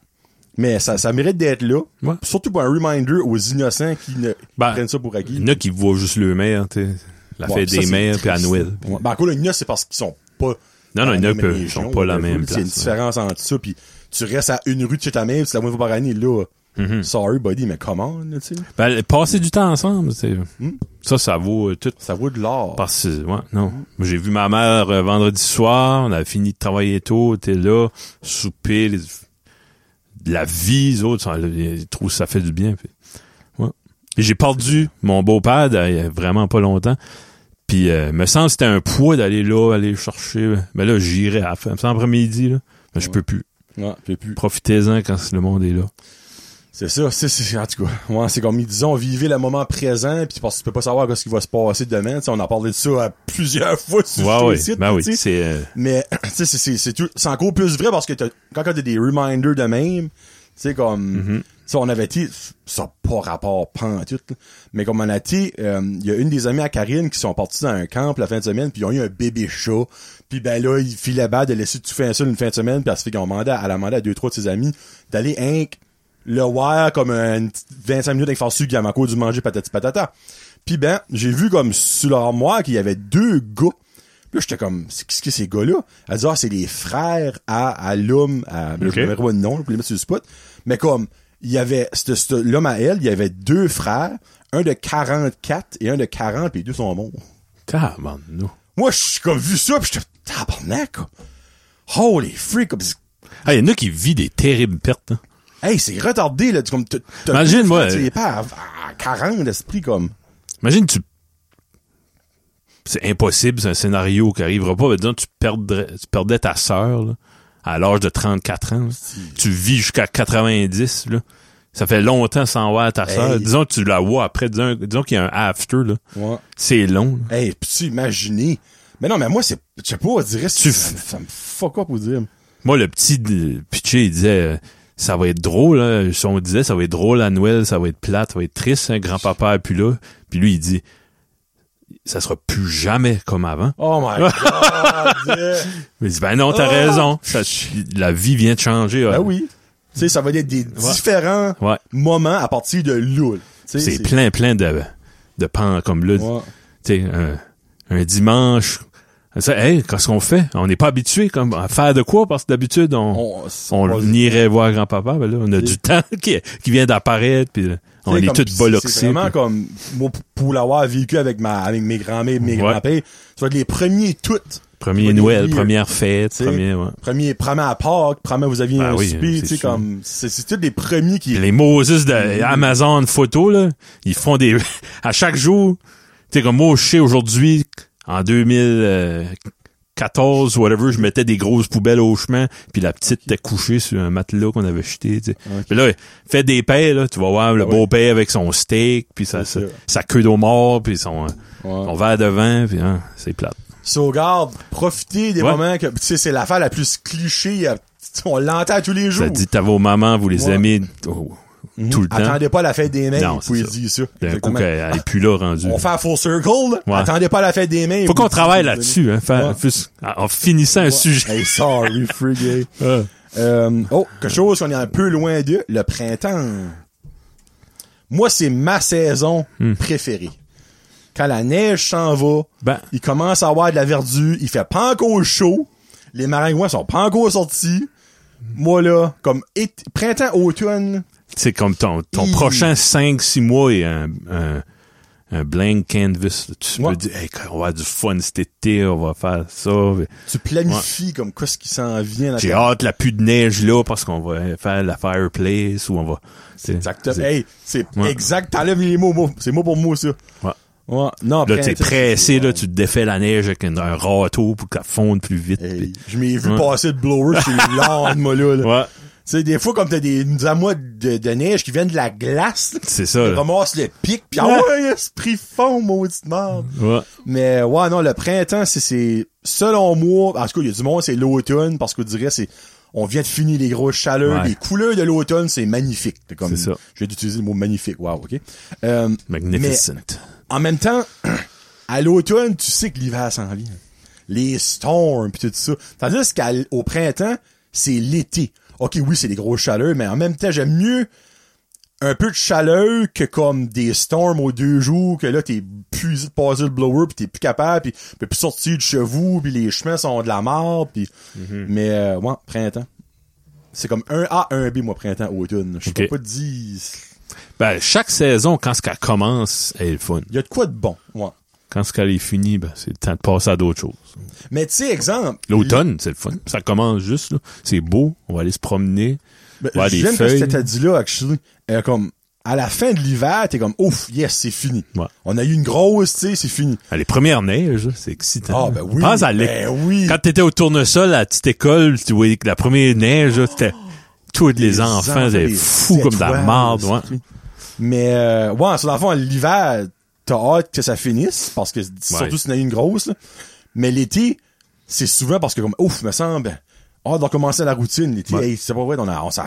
Mais ça, ça mérite d'être là.
Ouais.
Surtout pour un reminder aux innocents qui ne
Ben,
prennent ça pour acquis.
Il y en a qui voient juste le maire, tu sais. La
Ouais,
fête
ça,
des
c'est
mères, puis à
triste.
Noël.
Ouais. Ben, encore là, il y en a, c'est parce qu'ils sont pas.
Non, non,
dans
il y en a
la même
que-
région,
sont pas la
là,
même
faut- Il y a une
place,
différence entre ça, puis tu restes à une rue de chez ta mère, puis c'est la moindre fois par année, là.
Mm-hmm.
Sorry, buddy, mais comment, tu sais?
Ben, passer du temps ensemble, tu sais.
Hmm?
Ça, ça vaut euh, tout.
Ça vaut de l'or.
Parce que, ouais, non. J'ai vu ma mère euh, vendredi soir, on a fini de travailler tôt, t'es là, souper, les- de la vie, les autres, ça- ils trouvent que ça fait du bien. puis, ouais. Et J'ai perdu mon beau-père il y a vraiment pas longtemps. Puis, euh, me semble que c'était un poids d'aller là, aller chercher. Mais là, j'irai à la fin, après midi, là. Mais je peux plus.
Ouais, j'ai plus.
Profitez-en quand le monde est là.
C'est ça, c'est, c'est, en tout cas. Ouais, c'est comme, ils disons, vivez le moment présent, puis parce que tu peux pas savoir ce qui va se passer demain, tu sais, on a parlé de ça à plusieurs fois sur
Ouais,
le
ouais.
site,
Ben oui,
tu sais.
c'est, euh,
Mais tu sais, c'est c'est c'est tout- c'est encore plus vrai parce que t'as- quand quand t'as des reminders de même, tu sais comme tu sais, on avait été ça a pas rapport pantoute, là, mais comme on a été, euh, il y a une des amies à Karine qui sont parties dans un camp la fin de semaine, puis ils ont eu un bébé chat, puis ben là il filait bas de laisser tout faire ça une fin de semaine, puis elle se fait qu'on demandait à la demandait à deux trois de ses amis d'aller inc le wire comme une petite 25 minutes avec Farsu Gamako du manger patati patata. Puis ben, j'ai vu comme sur leur armoire qu'il y avait deux gars. Puis Là, j'étais comme, c'est- qu'est-ce que ces gars-là? Elle dit, ah, c'est les frères à, à l'homme, à,
Ok.
je me rappelle pas le nom, je peux les mettre sur le spot. Mais comme, il y avait, c'te- c'te- l'homme à elle, il y avait deux frères, un de 44 et un de 40, puis les deux sont morts.
tabarnou.
Moi, je suis comme vu ça, pis j'étais tabarnak. quoi. Holy freak! Comme...
Ah, il y en a qui vivent des terribles pertes. hein.
Hey, c'est retardé, là. Tu, comme, t'as- t'as-
Imagine, moi. euh,
Tu es pas à, à 40 d'esprit, comme.
Imagine, tu. C'est impossible, c'est un scénario qui arrivera pas. Mais disons, tu, perdrais, tu perdais ta sœur là, à l'âge de 34 ans. là. Tu vis jusqu'à 90. Là. Ça fait longtemps sans voir ta sœur.
Hey.
Disons que tu la vois après. Disons, disons qu'il y a un after. Là.
Ouais.
C'est long. là.
Hey, peux-tu imaginer? Mais non, mais moi, c'est, je sais pas, on dirait,
Tu
ça,
f-
ça me fuck up, au dire.
Moi, le petit euh, pitché, il disait, euh, ça va être drôle, hein. Si on disait, ça va être drôle à Noël, ça va être plate, ça va être triste, hein, grand-papa, et puis là. Puis lui, il dit, ça sera plus jamais comme avant.
Oh my god! yeah.
Mais il dit, ben non, t'as
Ah!
raison. Ça, la vie vient de changer.
Ben
hein.
oui. Tu sais, ça va être des différents
Ouais.
moments à partir de loul. Tu sais,
C'est plein, plein de, de pans comme là.
Ouais.
Tu sais, un, un dimanche. Ça, hey, qu'est-ce qu'on fait? On n'est pas habitué comme, à faire de quoi parce que d'habitude, on,
On,
on irait voir grand-papa, mais là, on a
Et-
du temps qui, qui vient d'apparaître, puis là, on
Tu sais,
est
comme-
tous
C'est
boloxés.
vraiment
puis-
comme, moi, p- pour l'avoir vécu avec ma, avec mes grands-mères, mes
Ouais.
grands-pères, ça va être les premiers toutes.
Premier
c'est
Noël,
weird.
première fête,
sais.
premier... ouais.
Premier, premier à Pâques, premier vous aviez
Ben
un
oui,
souper,
c'est
tu sais,
sûr.
comme, c'est, c'est tous les premiers qui,
Puis Les Moses d'Amazon Photo, là, ils font des... à chaque jour, tu sais, comme moi, je sais, aujourd'hui, en 2014, whatever, je mettais des grosses poubelles au chemin, puis la petite était couchée sur un matelas qu'on avait jeté, tu sais.
Ok.
Puis là, fais des paix, là, tu vas voir le
Ah ouais.
beau-père avec son steak, puis sa, sa,
C'est sûr.
sa queue d'eau mort, puis son,
Ouais.
son verre de vin, puis hein, c'est plate.
sauvegarde, profitez des
Ouais.
moments que, tu sais, c'est l'affaire la plus cliché, euh, on l'entend tous les jours.
Ça dit, t'as vos mamans, vous les
Ouais. Mhm.
aimez oh, tout le temps.
Attendez pas la fête des mains,
Non,
vous pouvez
c'est ça.
dire ça.
D'un coup,
Exactement.
qu'elle n'est plus là rendue.
On fait un full circle, là.
Ouais.
attendez pas la fête des mains.
Faut qu'on
vous-
travaille
vous-
là-dessus, hein, faire-
Ouais.
plus- en en finissant un
Ouais.
sujet.
Hey, sorry, frigate.
Ouais.
Euh, oh, quelque chose qu'on est un peu loin de, le printemps. Moi, c'est ma saison
Hmm.
préférée. Quand la neige s'en va,
Ben.
il commence à avoir de la verdure, il fait pas encore chaud, les maringouins sont pas encore sortis. Moi, là, comme été- printemps, automne,
C'est comme ton, ton
Hi.
prochain 5-6 mois et un, un, un blank canvas. là. Tu
Ouais.
peux dire, hey, on va avoir du fun cet été, on va faire ça.
tu planifies comme quoi ce qui s'en vient. dans
J'ai
ta-
hâte, la pluie de neige là, parce qu'on va faire la fireplace ou on va... C'est
Exactement.
c'est-
Hey, c'est
Ouais.
exact. T'enlèves les mots, mots. C'est mot pour mot, ça.
Ouais.
Ouais. Non,
Là, t'es
printemps,
pressé, là, tu te défais la neige avec un, un râteau pour qu'elle fonde plus vite.
Hey,
puis-
je m'ai vu
Ouais.
passer le blower chez les landes, moi, là. là.
Ouais,
Tu sais, des fois, comme t'as des, des amas de, de neige qui viennent de la glace, là,
c'est ça.
tu
là.
ramasses le pic, pis ah
Ouais.
ouais, esprit fond, maudite merde.
Ouais.
Mais ouais, non, le printemps, c'est, c'est, selon moi, en tout cas, il y a du monde, c'est l'automne, parce qu'on dirait, c'est, on vient de finir les grosses chaleurs,
Ouais.
les couleurs de l'automne, c'est magnifique. C'est comme,
C'est ça.
Je vais utiliser le mot magnifique, wow, ok. Euh,
Magnificent.
en même temps, à l'automne, tu sais que l'hiver s'en vient. Les storms pis tout ça. Tandis qu'au printemps, c'est l'été. Ok, oui, c'est des grosses chaleurs, mais en même temps, j'aime mieux un peu de chaleur que comme des storms aux deux jours, que là, t'es puisé de passer le blower pis t'es plus capable pis tu peux plus sortir de chez vous pis les chemins sont de la merde pis...
Mhm.
Mais, euh, ouais, printemps. C'est comme un A, un B, moi, printemps, automne. Je peux
Ok.
pas te dire...
Ben, chaque saison, quand ce qu'elle commence, elle est le fun.
Il y a de quoi de bon, ouais.
Quand ce qu'elle est finie, ben, c'est le temps de passer à d'autres choses.
Mais tu sais, exemple...
L'automne, c'est le fun. Ça commence juste, là. C'est beau. On va aller se promener.
Ben,
Ouais, des
J'aime que
feuilles.
ce que t'as dit là, actually. Euh, comme, à la fin de l'hiver, t'es comme, ouf, yes, c'est fini.
Ouais.
On a eu une grosse, tu sais, c'est fini.
Ah, Les premières neiges, là, c'est excitant.
Ah, ben oui.
Pense à l'é-
Ben oui.
Quand t'étais au tournesol à la petite école, tu voyais que la première neige, là, c'était, tous les, enfants, étaient
des
fous comme de la
étoiles,
marde, ouais.
c'est- Mais, euh, ouais, sur l'enfant, l'hiver, t'as hâte que ça finisse, parce que, surtout si t'en as eu une grosse, là. Mais l'été, c'est souvent parce que, comme, ouf, me semble, hâte de recommencer la routine, l'été.
Ouais.
Hey, c'est pas vrai, on, a- on s'est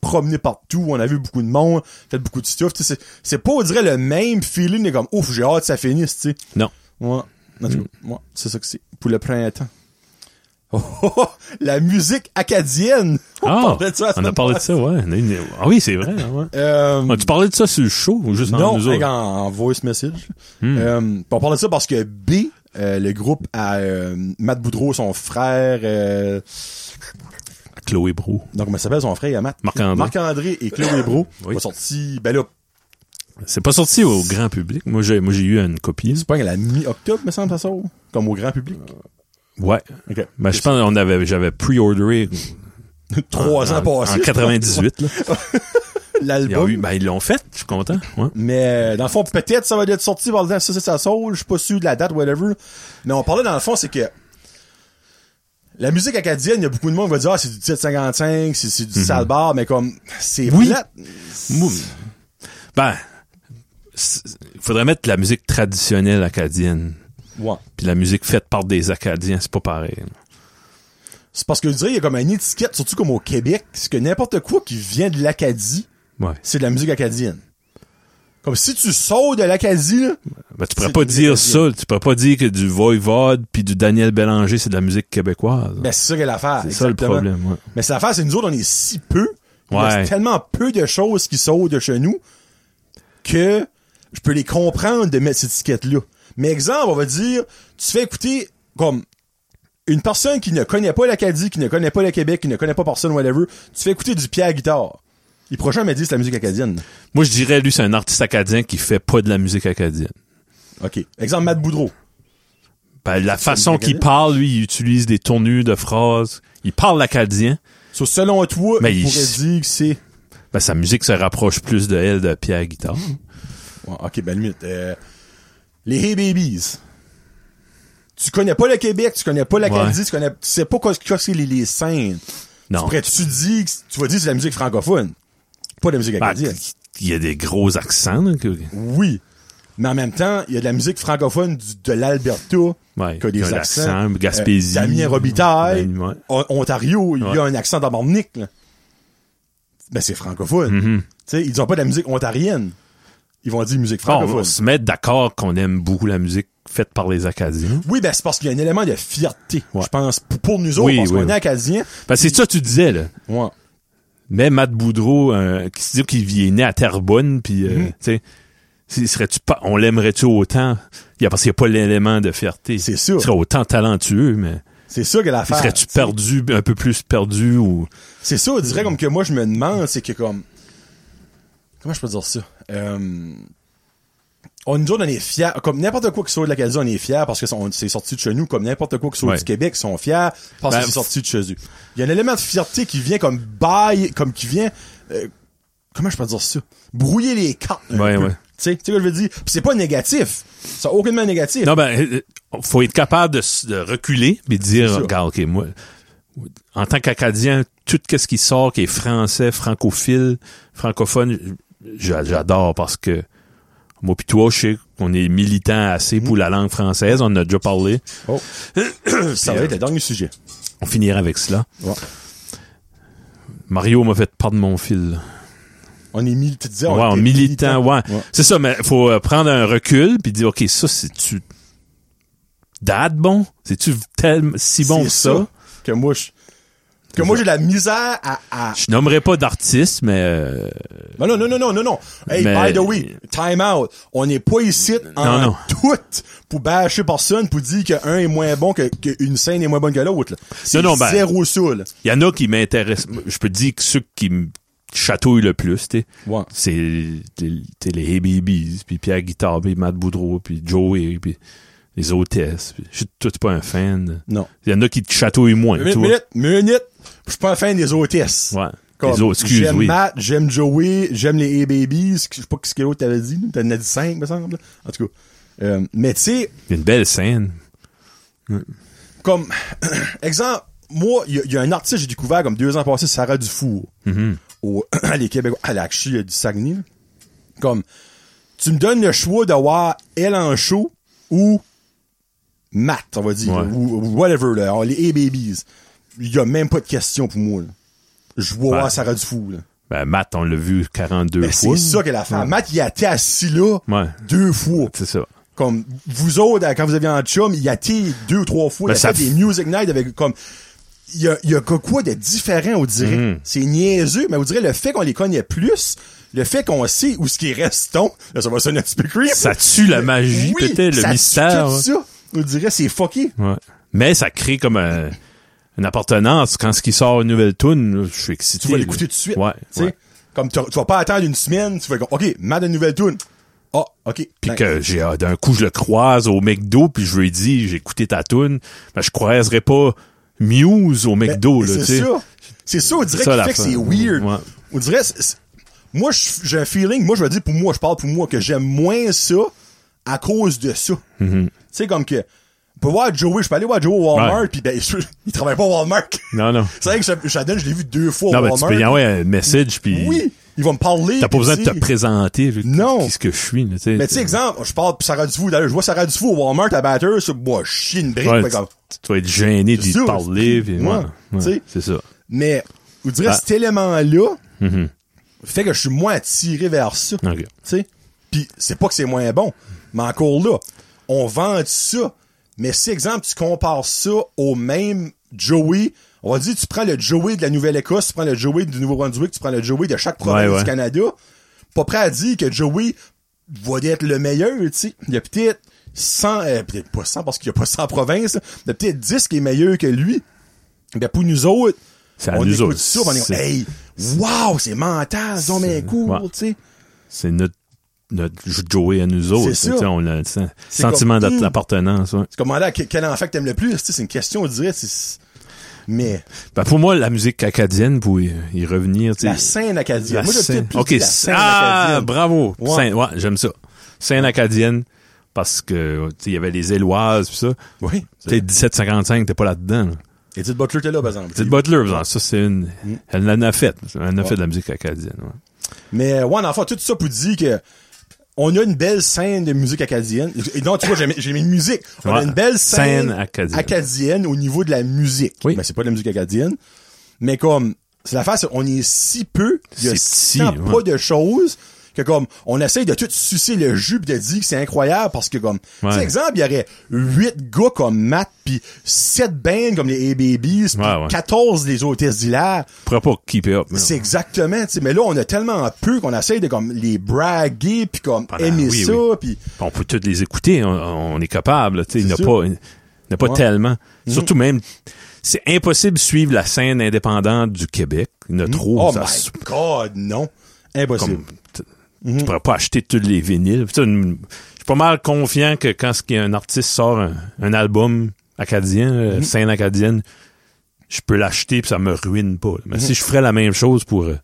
promené partout, on a vu beaucoup de monde, fait beaucoup de stuff, tu sais. c'est- C'est pas, on dirait, le même feeling, mais comme, ouf, j'ai hâte que ça finisse, tu sais.
Non. Mm.
Ouais. En tout cas, ouais, c'est ça que c'est. Pour le printemps. Oh, oh, oh, la musique acadienne! On
Ah,
parlait de ça la
on a
semaine
parlé de ça, ouais. On a une- Ah oui, c'est vrai, hein, ouais.
passée. Euh,
Ah, tu parlais de ça sur le show ou juste en
non,
nous
mec, en,
autres? Hmm.
en voice message. Euh, on parle de ça parce que B, euh, le groupe à euh, Matt Boudreau, son frère, euh,
Chloé Brou.
donc comment il s'appelle son frère, il y a Matt?
Marc-André. Ah
Marc-André et Chloé Bro.
Oui.
ont sorti, ben là,
C'est pas sorti au grand public. Moi, j'ai, moi, j'ai eu une copie. Euh,
c'est pas à la mi-octobre, me semble, ça sort, comme au grand public.
Ouais.
OK.
Ben, je pense qu'on avait, j'avais pre-orderé
Trois
en,
ans
en
passés,
98. Là. Ils, ont
l'album.
eu- ben, ils l'ont fait, je suis content. Ouais.
Mais euh, dans le fond, peut-être ça va être sorti par le temps que ça, c'est sa soul. Je suis pas sûr de la date, whatever. Mais on parlait dans le fond, c'est que la musique acadienne, il y a beaucoup de monde qui va dire Ah, c'est du 1755, c'est c'est du sale bar, mais comme c'est
Mhm. Oui.
plate.
Mou- Ben, c'est- il faudrait mettre la musique traditionnelle acadienne.
Ouais.
Puis la musique faite par des Acadiens, c'est pas pareil.
C'est parce que je dirais il y a comme une étiquette, surtout comme au Québec, c'est que n'importe quoi qui vient de l'Acadie,
Ouais.
c'est de la musique acadienne. Comme si tu sors de l'Acadie, là,
Ben, tu pourrais
C'est
pas
une
dire ça.
acadienne.
Tu pourrais pas dire que du Voivode puis du Daniel Bélanger, c'est de la musique québécoise.
ben c'est ça qu'est l'affaire.
c'est ça le
exactement.
problème. ouais.
Mais c'est l'affaire, c'est que nous autres, on est si peu. Il y a
Ouais.
tellement peu de choses qui sortent de chez nous que je peux les comprendre de mettre cette étiquette-là. Mais exemple, on va dire, tu fais écouter comme une personne qui ne connaît pas l'Acadie, qui ne connaît pas le Québec, qui ne connaît pas personne, whatever, tu fais écouter du pied à guitare. Il pourra jamais dire c'est la musique acadienne.
Moi, je dirais, lui, c'est un artiste acadien qui fait pas de la musique acadienne.
OK. Exemple, Matt Boudreau.
Ben, la
C'est une
façon
musique
qu'il parle, lui, il utilise des tournures de phrases. Il parle l'acadien.
So, selon toi,
Mais
il,
il-
pourrait dire que c'est...
Ben, sa musique se rapproche plus de elle de Pierre Guitare.
Ouais, OK, ben limite. euh, les Hey Babies. Tu connais pas le Québec, tu connais pas l'Acadie, tu connais, tu sais pas quoi, quoi c'est les, les scènes.
Non.
Après, tu dis, que- tu vas dire que c'est de la musique francophone. Pas de la musique
Ben,
acadienne.
il y a des gros accents. là, que-
oui. Mais en même temps, il y a de la musique francophone du- de l'Alberta,
Ouais,
qui a des
qui a un
accents.
accent, Gaspésie.
Euh, Damien Robitaille,
Ben, ouais.
O- Ontario, il y a un accent d'Amornic, là. Ben, c'est francophone.
Mm-hmm.
Tu sais, ils ont pas de la musique ontarienne. Ils vont dire musique
Bon, on
francophone.
va se mettre d'accord qu'on aime beaucoup la musique faite par les Acadiens.
Oui, ben c'est parce qu'il y a un élement de fierté,
Ouais.
je pense, pour, pour nous autres,
Oui,
parce
oui,
qu'on
oui.
est acadiens.
Ben, c'est ça que tu disais, là.
Ouais.
Mais Matt Boudreau, euh, qui se dit qu'il est né à Terrebonne, puis,
Mhm.
euh, tu sais, si- serais-tu pas, on l'aimerait-tu autant? Il y a, parce qu'il n'y a pas l'élément de fierté.
C'est sûr. Ah,
Il serait autant talentueux, mais
C'est ça que
il
l'affaire.
serais-tu perdu, un peu plus perdu ou...
C'est ça, on dirait comme que moi je me demande, c'est que comme. Comment je peux dire ça? Euh, On nous autres, on est fiers. Comme n'importe quoi qui sort de l'Acadie, on est fiers parce que son- c'est sorti de chez nous. Comme n'importe quoi qui sort
Ouais.
du Québec, ils sont fiers parce
Ben,
que c'est sorti de chez eux. Il y a un élément de fierté qui vient comme bail, comme qui vient. euh, comment je peux dire ça? Brouiller les cartes. un
Ouais,
peu.
ouais.
Tu sais, tu sais ce que je veux dire? Puis c'est pas négatif. C'est aucunement négatif.
Non, ben, euh, faut être capable de, s- de reculer et
C'est
dire,
sûr.
regarde, OK, moi, en tant qu'Acadien, tout ce qui sort qui est français, francophile, francophone, j'a- j'adore parce que moi pis toi, je sais qu'on est militant assez
Mhm.
pour la langue française, on en a déjà parlé.
Oh. ça
euh,
va être le dernier sujet.
On finira avec cela.
Ouais.
Mario m'a fait perdre mon fil.
On est mili- tu disais,
Ouais,
on
en
était
militant, ouais.
Ah, Ouais.
C'est ça, mais faut euh, prendre un recul puis dire, OK, ça, c'est-tu date bon? C'est-tu tellement si bon
C'est
que ça?
que moi je que moi j'ai la misère à, à...
Je nommerai pas d'artiste, mais euh,
Non, non non non non non non hey
Mais-
by the way time out on n'est pas ici en
Non, non.
tout pour bâcher personne pour dire qu'un est moins bon que qu'une scène est moins bonne que l'autre là. c'est
Non, non, ben-
zéro saoul
il y en a qui m'intéressent. Je peux dire que ceux qui me chatouillent le plus, tu sais,
ouais
c'est t'es- t'es les Hey Babies, puis Pierre Guitard, puis Matt Boudreau, puis Joey, puis les hôtesses. puis Je suis tout pas un fan.
non
Il y en a qui te chatouillent moins, tu
minute
vois.
minute minute je suis pas un fan des hôtesses
Ouais.
Comme,
les autres, excuse,
j'aime
oui.
Matt, j'aime Joey, j'aime les A-Babies, je sais pas ce que l'autre t'avais dit, t'en as dit 5, me semble. En tout cas. Euh, mais tu sais,
Il y a une belle scène.
comme exemple, moi, il y a- il y, a un artiste que j'ai découvert comme deux ans passés, Sarah Dufour,
Mm-hmm.
au, les Québécois, à la Chi, euh, du Saguenay. là. Comme, tu me donnes le choix d'avoir elle en show ou Matt, on va dire,
Ouais.
ou, ou whatever, là, alors, les A-Babies. Il y a même pas de question pour moi. là. Je vois
Ouais.
Sarah Dufour. Là.
Ben, Matt, on l'a vu 42
Ben,
fois.
c'est ça qu'elle a fait. Matt, il a été assis là
Ouais.
deux fois.
C'est ça.
Comme vous autres, quand vous aviez un chum, il y a été deux ou trois fois,
Ben,
il a
ça
fait des Music Night avec comme. Il y a, il y a que quoi de différent, on dirait.
Mhm.
C'est niaiseux, mais on dirait le fait qu'on les connaît plus, le fait qu'on sait où ce qui restons, là, ça va sonner un petit peu creep.
Ça tue la magie,
Oui,
peut-être,
ça
le
tue
mystère.
tout
ouais.
ça. On dirait c'est fucké.
Ouais. Mais ça crée comme un- une appartenance. Quand ce qui sort une nouvelle tune, je suis excité.
Tu vas
là.
l'écouter tout de suite.
Ouais.
Tu sais,
ouais.
Comme tu tu vas pas attendre une semaine, tu vas dire, OK, mad une nouvelle tune. Ah, ok.
Puis que j'ai ah, d'un coup je le croise au McDo puis je lui dis j'ai écouté ta tune, ben, je croiserais pas Muse au McDo là, tu
Ben, C'est
sais.
ça. C'est ça, on dirait
ça,
qu'il
la
fait que
fin.
c'est weird.
Ouais.
On dirait, c'est- c'est- moi, je- j'ai un feeling, moi, je vais dire pour moi, je parle pour moi, que j'aime moins ça à cause de ça. Tu sais, comme que, on peut voir Joey, je peux aller voir Joey au Walmart,
Mm-hmm. Ouais.
puis ben, il travaille pas au Walmart.
Non non.
c'est vrai que Sha- Shaden, je l'ai vu deux fois
Non
au
mais tu
Walmart.
peux y envoyer un message puis
oui, il va me parler.
t'as pas
puis
besoin de
tu
te
sais.
présenter vu
Non.
qui ce que je suis là, tu sais.
Mais tu sais, exemple, je parle pour Sarah Dufour, d'ailleurs, je vois Sarah Dufour au Walmart à batteur, c'est, moi, je chie une brique,
Ouais,
fait
tu,
comme-
tu vas être gêné d'y
C'est ça,
parler puis
ouais,
ouais,
tu
ouais,
sais.
c'est ça.
Mais, on dirait
Ah. Mm-hmm.
cet élément-là fait que je suis moins attiré vers ça.
Ok.
Tu sais? Puis c'est pas que c'est moins bon, mais encore là, on vend ça. Mais si, exemple, tu compares ça au même Joey, on va dire, tu prends le Joey de la Nouvelle-Écosse, tu prends le Joey du Nouveau-Brunswick, tu prends le Joey de chaque province
Ouais, ouais.
du Canada, pas prêt à dire que Joey va être le meilleur, tu sais. Il y a peut-être 100, euh, peut-être pas 100 parce qu'il n'y a pas 100 provinces, là. il y a peut-être 10 qui est meilleur que lui. Ben, pour nous autres,
C'est à
on
nous
écoute
autres.
ça, on est comme,
C'est-
hey, wow, c'est mental, c'est donc bien cool,
ouais.
tu sais.
C'est notre notre Joey à nous autres,
C'est
tu sais,
ça.
on a le sen-
C'est
sentiment
comme-
d'att- d'appartenance, ouais.
C'est comme là, que- quel enfant que t'aimes le plus? tu sais, C'est une question, on dirait. c'est- Mais
Ben, pour moi, la musique acadienne, pour y, y revenir, tu
la
sais.
scène acadienne.
la
Moi, j'ai
scène-
peut-être plus
Ok,
dit la scène
ah,
acadienne.
bravo.
Ouais.
Scène- ouais, j'aime ça. Scène acadienne, parce que, tu sais, il y avait les Éloises, pis ça.
Oui.
Tu sais, 1755, t'es pas là-dedans. là.
Edith Butler était là, par exemple.
Petite Butler, par exemple, ça, c'est une,
Mm.
elle en a fait. Elle en a fait de la musique acadienne, ouais.
Mais euh, ouais, en fait, tout ça pour dire que on a une belle scène de musique acadienne. Et non, tu vois, j'ai mis- j'ai mis une musique. On a
Ouais.
une belle scène,
Scène acadienne.
acadienne au niveau de la musique.
Oui.
Mais c'est pas de la musique acadienne. Mais comme, c'est la face, on est si peu, il y a
C'est
si
petit, ouais.
pas de choses que comme, on essaye de tout sucer le jus pis de dire que c'est incroyable parce que comme,
Ouais.
tu sais, exemple, il y aurait 8 gars comme Matt puis 7 bands comme les A-Babies pis
Ouais, ouais.
14 les hôtesses d'hilaire.
Pourrais pas keep it up, non.
C'est exactement, tu sais, mais là, on a tellement peu qu'on essaye de, comme, les braguer, puis comme,
Pendant-
aimer
oui,
ça,
oui.
puis
On peut toutes les écouter, on, on est capable. là, tu sais, Il n'y en a
sûr.
pas, il y en a pas
Ouais. Mm-hmm.
tellement. Surtout même, c'est impossible de suivre la scène indépendante du Québec. Il y en a trop.
oh
ça
my
se-
god, non. Impossible.
comme, t- Tu pourrais pas acheter tous les vinyles. Tu sais, une- Je suis pas mal confiant que quand ce qu'il y a un artiste sort un, un album acadien,
Mhm.
euh, scène acadienne, je peux l'acheter puis ça me ruine pas. Mais si je ferais la même chose pour euh,
Mhm.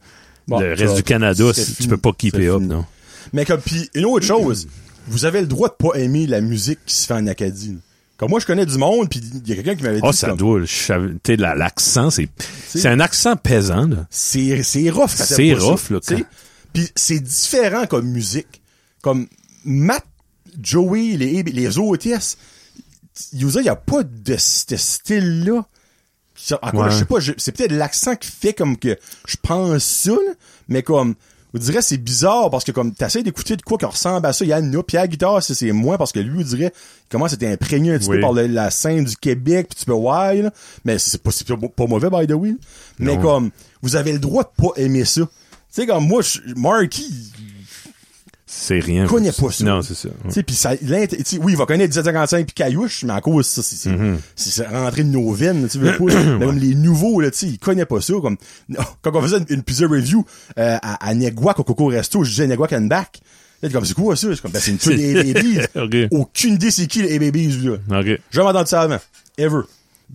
Bon,
le
ça-
reste du Canada,
c'est
si- tu
fini.
peux pas keep
C'est
it up,
fini.
non.
Mais comme, puis une autre chose, vous avez le droit de pas aimer la musique qui se fait en Acadie. Comme moi, je connais du monde, puis il y a quelqu'un qui m'avait dit,
Oh, ça
comme,
doit, je savais- tu sais, la- l'accent, c'est, c'est un accent pesant, là.
c'est, c'est rough. quand
C'est
t'aimes pas ça,
rough, là,
tu sais.
quand-
Puis c'est différent comme musique. Comme Matt, Joey, les, les OTS, Yusa, il n'y a pas de ce style-là. Ça, Encore,
Ouais.
je sais pas, je- c'est peut-être l'accent qui fait comme que je pense ça, là, mais comme, on dirait c'est bizarre parce que comme t'essayes d'écouter de quoi qui ressemble à ça, il y a une puis à la guitare, c'est- c'est moins parce que lui, on dirait, il commence à être imprégné un petit
Oui.
peu par le- la scène du Québec, puis tu peux ouais, là, mais c'est pas, c'est pas, pas mauvais, by the way. Mais
Non.
comme, vous avez le droit de pas aimer ça. Tu sais, comme moi, je- Marky,
C'est rien.
connaît pas ça.
Non, c'est ça.
Tu sais, puis ça, l'int- tu sais, oui, il va connaître 1755 puis Caillouche, mais à cause de ça, c'est, c'est,
Mm-hmm.
c'est- c'est rentré de nos veines, tu veux pas. Mais Même les nouveaux, là, tu sais, ils connaissent pas ça. Comme, quand on faisait une, une pizza review, euh, à, à Negua, au Coco Resto, je disais Negua and Back. Là, t'es comme, c'est quoi ça? C'est comme, ben, c'est une pub des A-Babies.
Ok.
Aucune idée c'est qui les A-Babies, là.
OK. Ben,
Jamais entendu ça avant. Ever.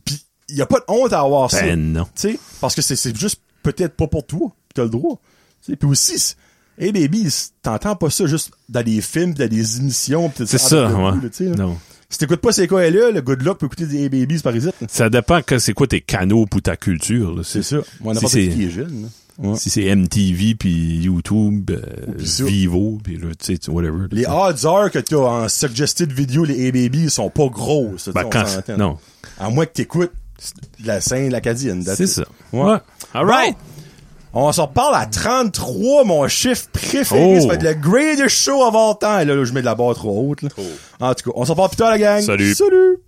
Puis, y a pas de honte à avoir ça.
Ben non.
Tu sais, parce que c'est, c'est juste peut-être pas pour toi, pis t'as le droit. Tu sais, Puis aussi, c'est- hey baby, c'est- t'entends pas ça juste dans des films, pis dans des émissions. pis t'as-
C'est
ah,
ça,
t'as le goût,
ouais.
là, tu sais, là.
Non.
Si t'écoutes pas ces cas-là, le good luck peut écouter des Hey babies par exemple.
Ça dépend que c'est quoi tes canaux pour ta culture, là. Si-
C'est ça. Moi,
Si
n'importe
c'est-
qui est jeune. là. Ouais.
Si c'est MTV puis YouTube, euh,
puis ça.
Vivo puis là, tu sais, tu- whatever.
Les odds are que t'as en suggested vidéo, les Hey babies sont pas gros. ça, tu
Ben,
sais, on
quand-
s'entend.
non.
À moins que t'écoutes de la scène acadienne. that's
C'est
it.
ça.
Ouais.
All right.
On s'en reparle à 33, mon chiffre préféré.
Oh.
Ça va être le greatest show avant le temps. Et là, là, je mets de la barre trop haute. là. En tout cas, on s'en reparle plus tard, la gang.
Oh. Salut.
Salut.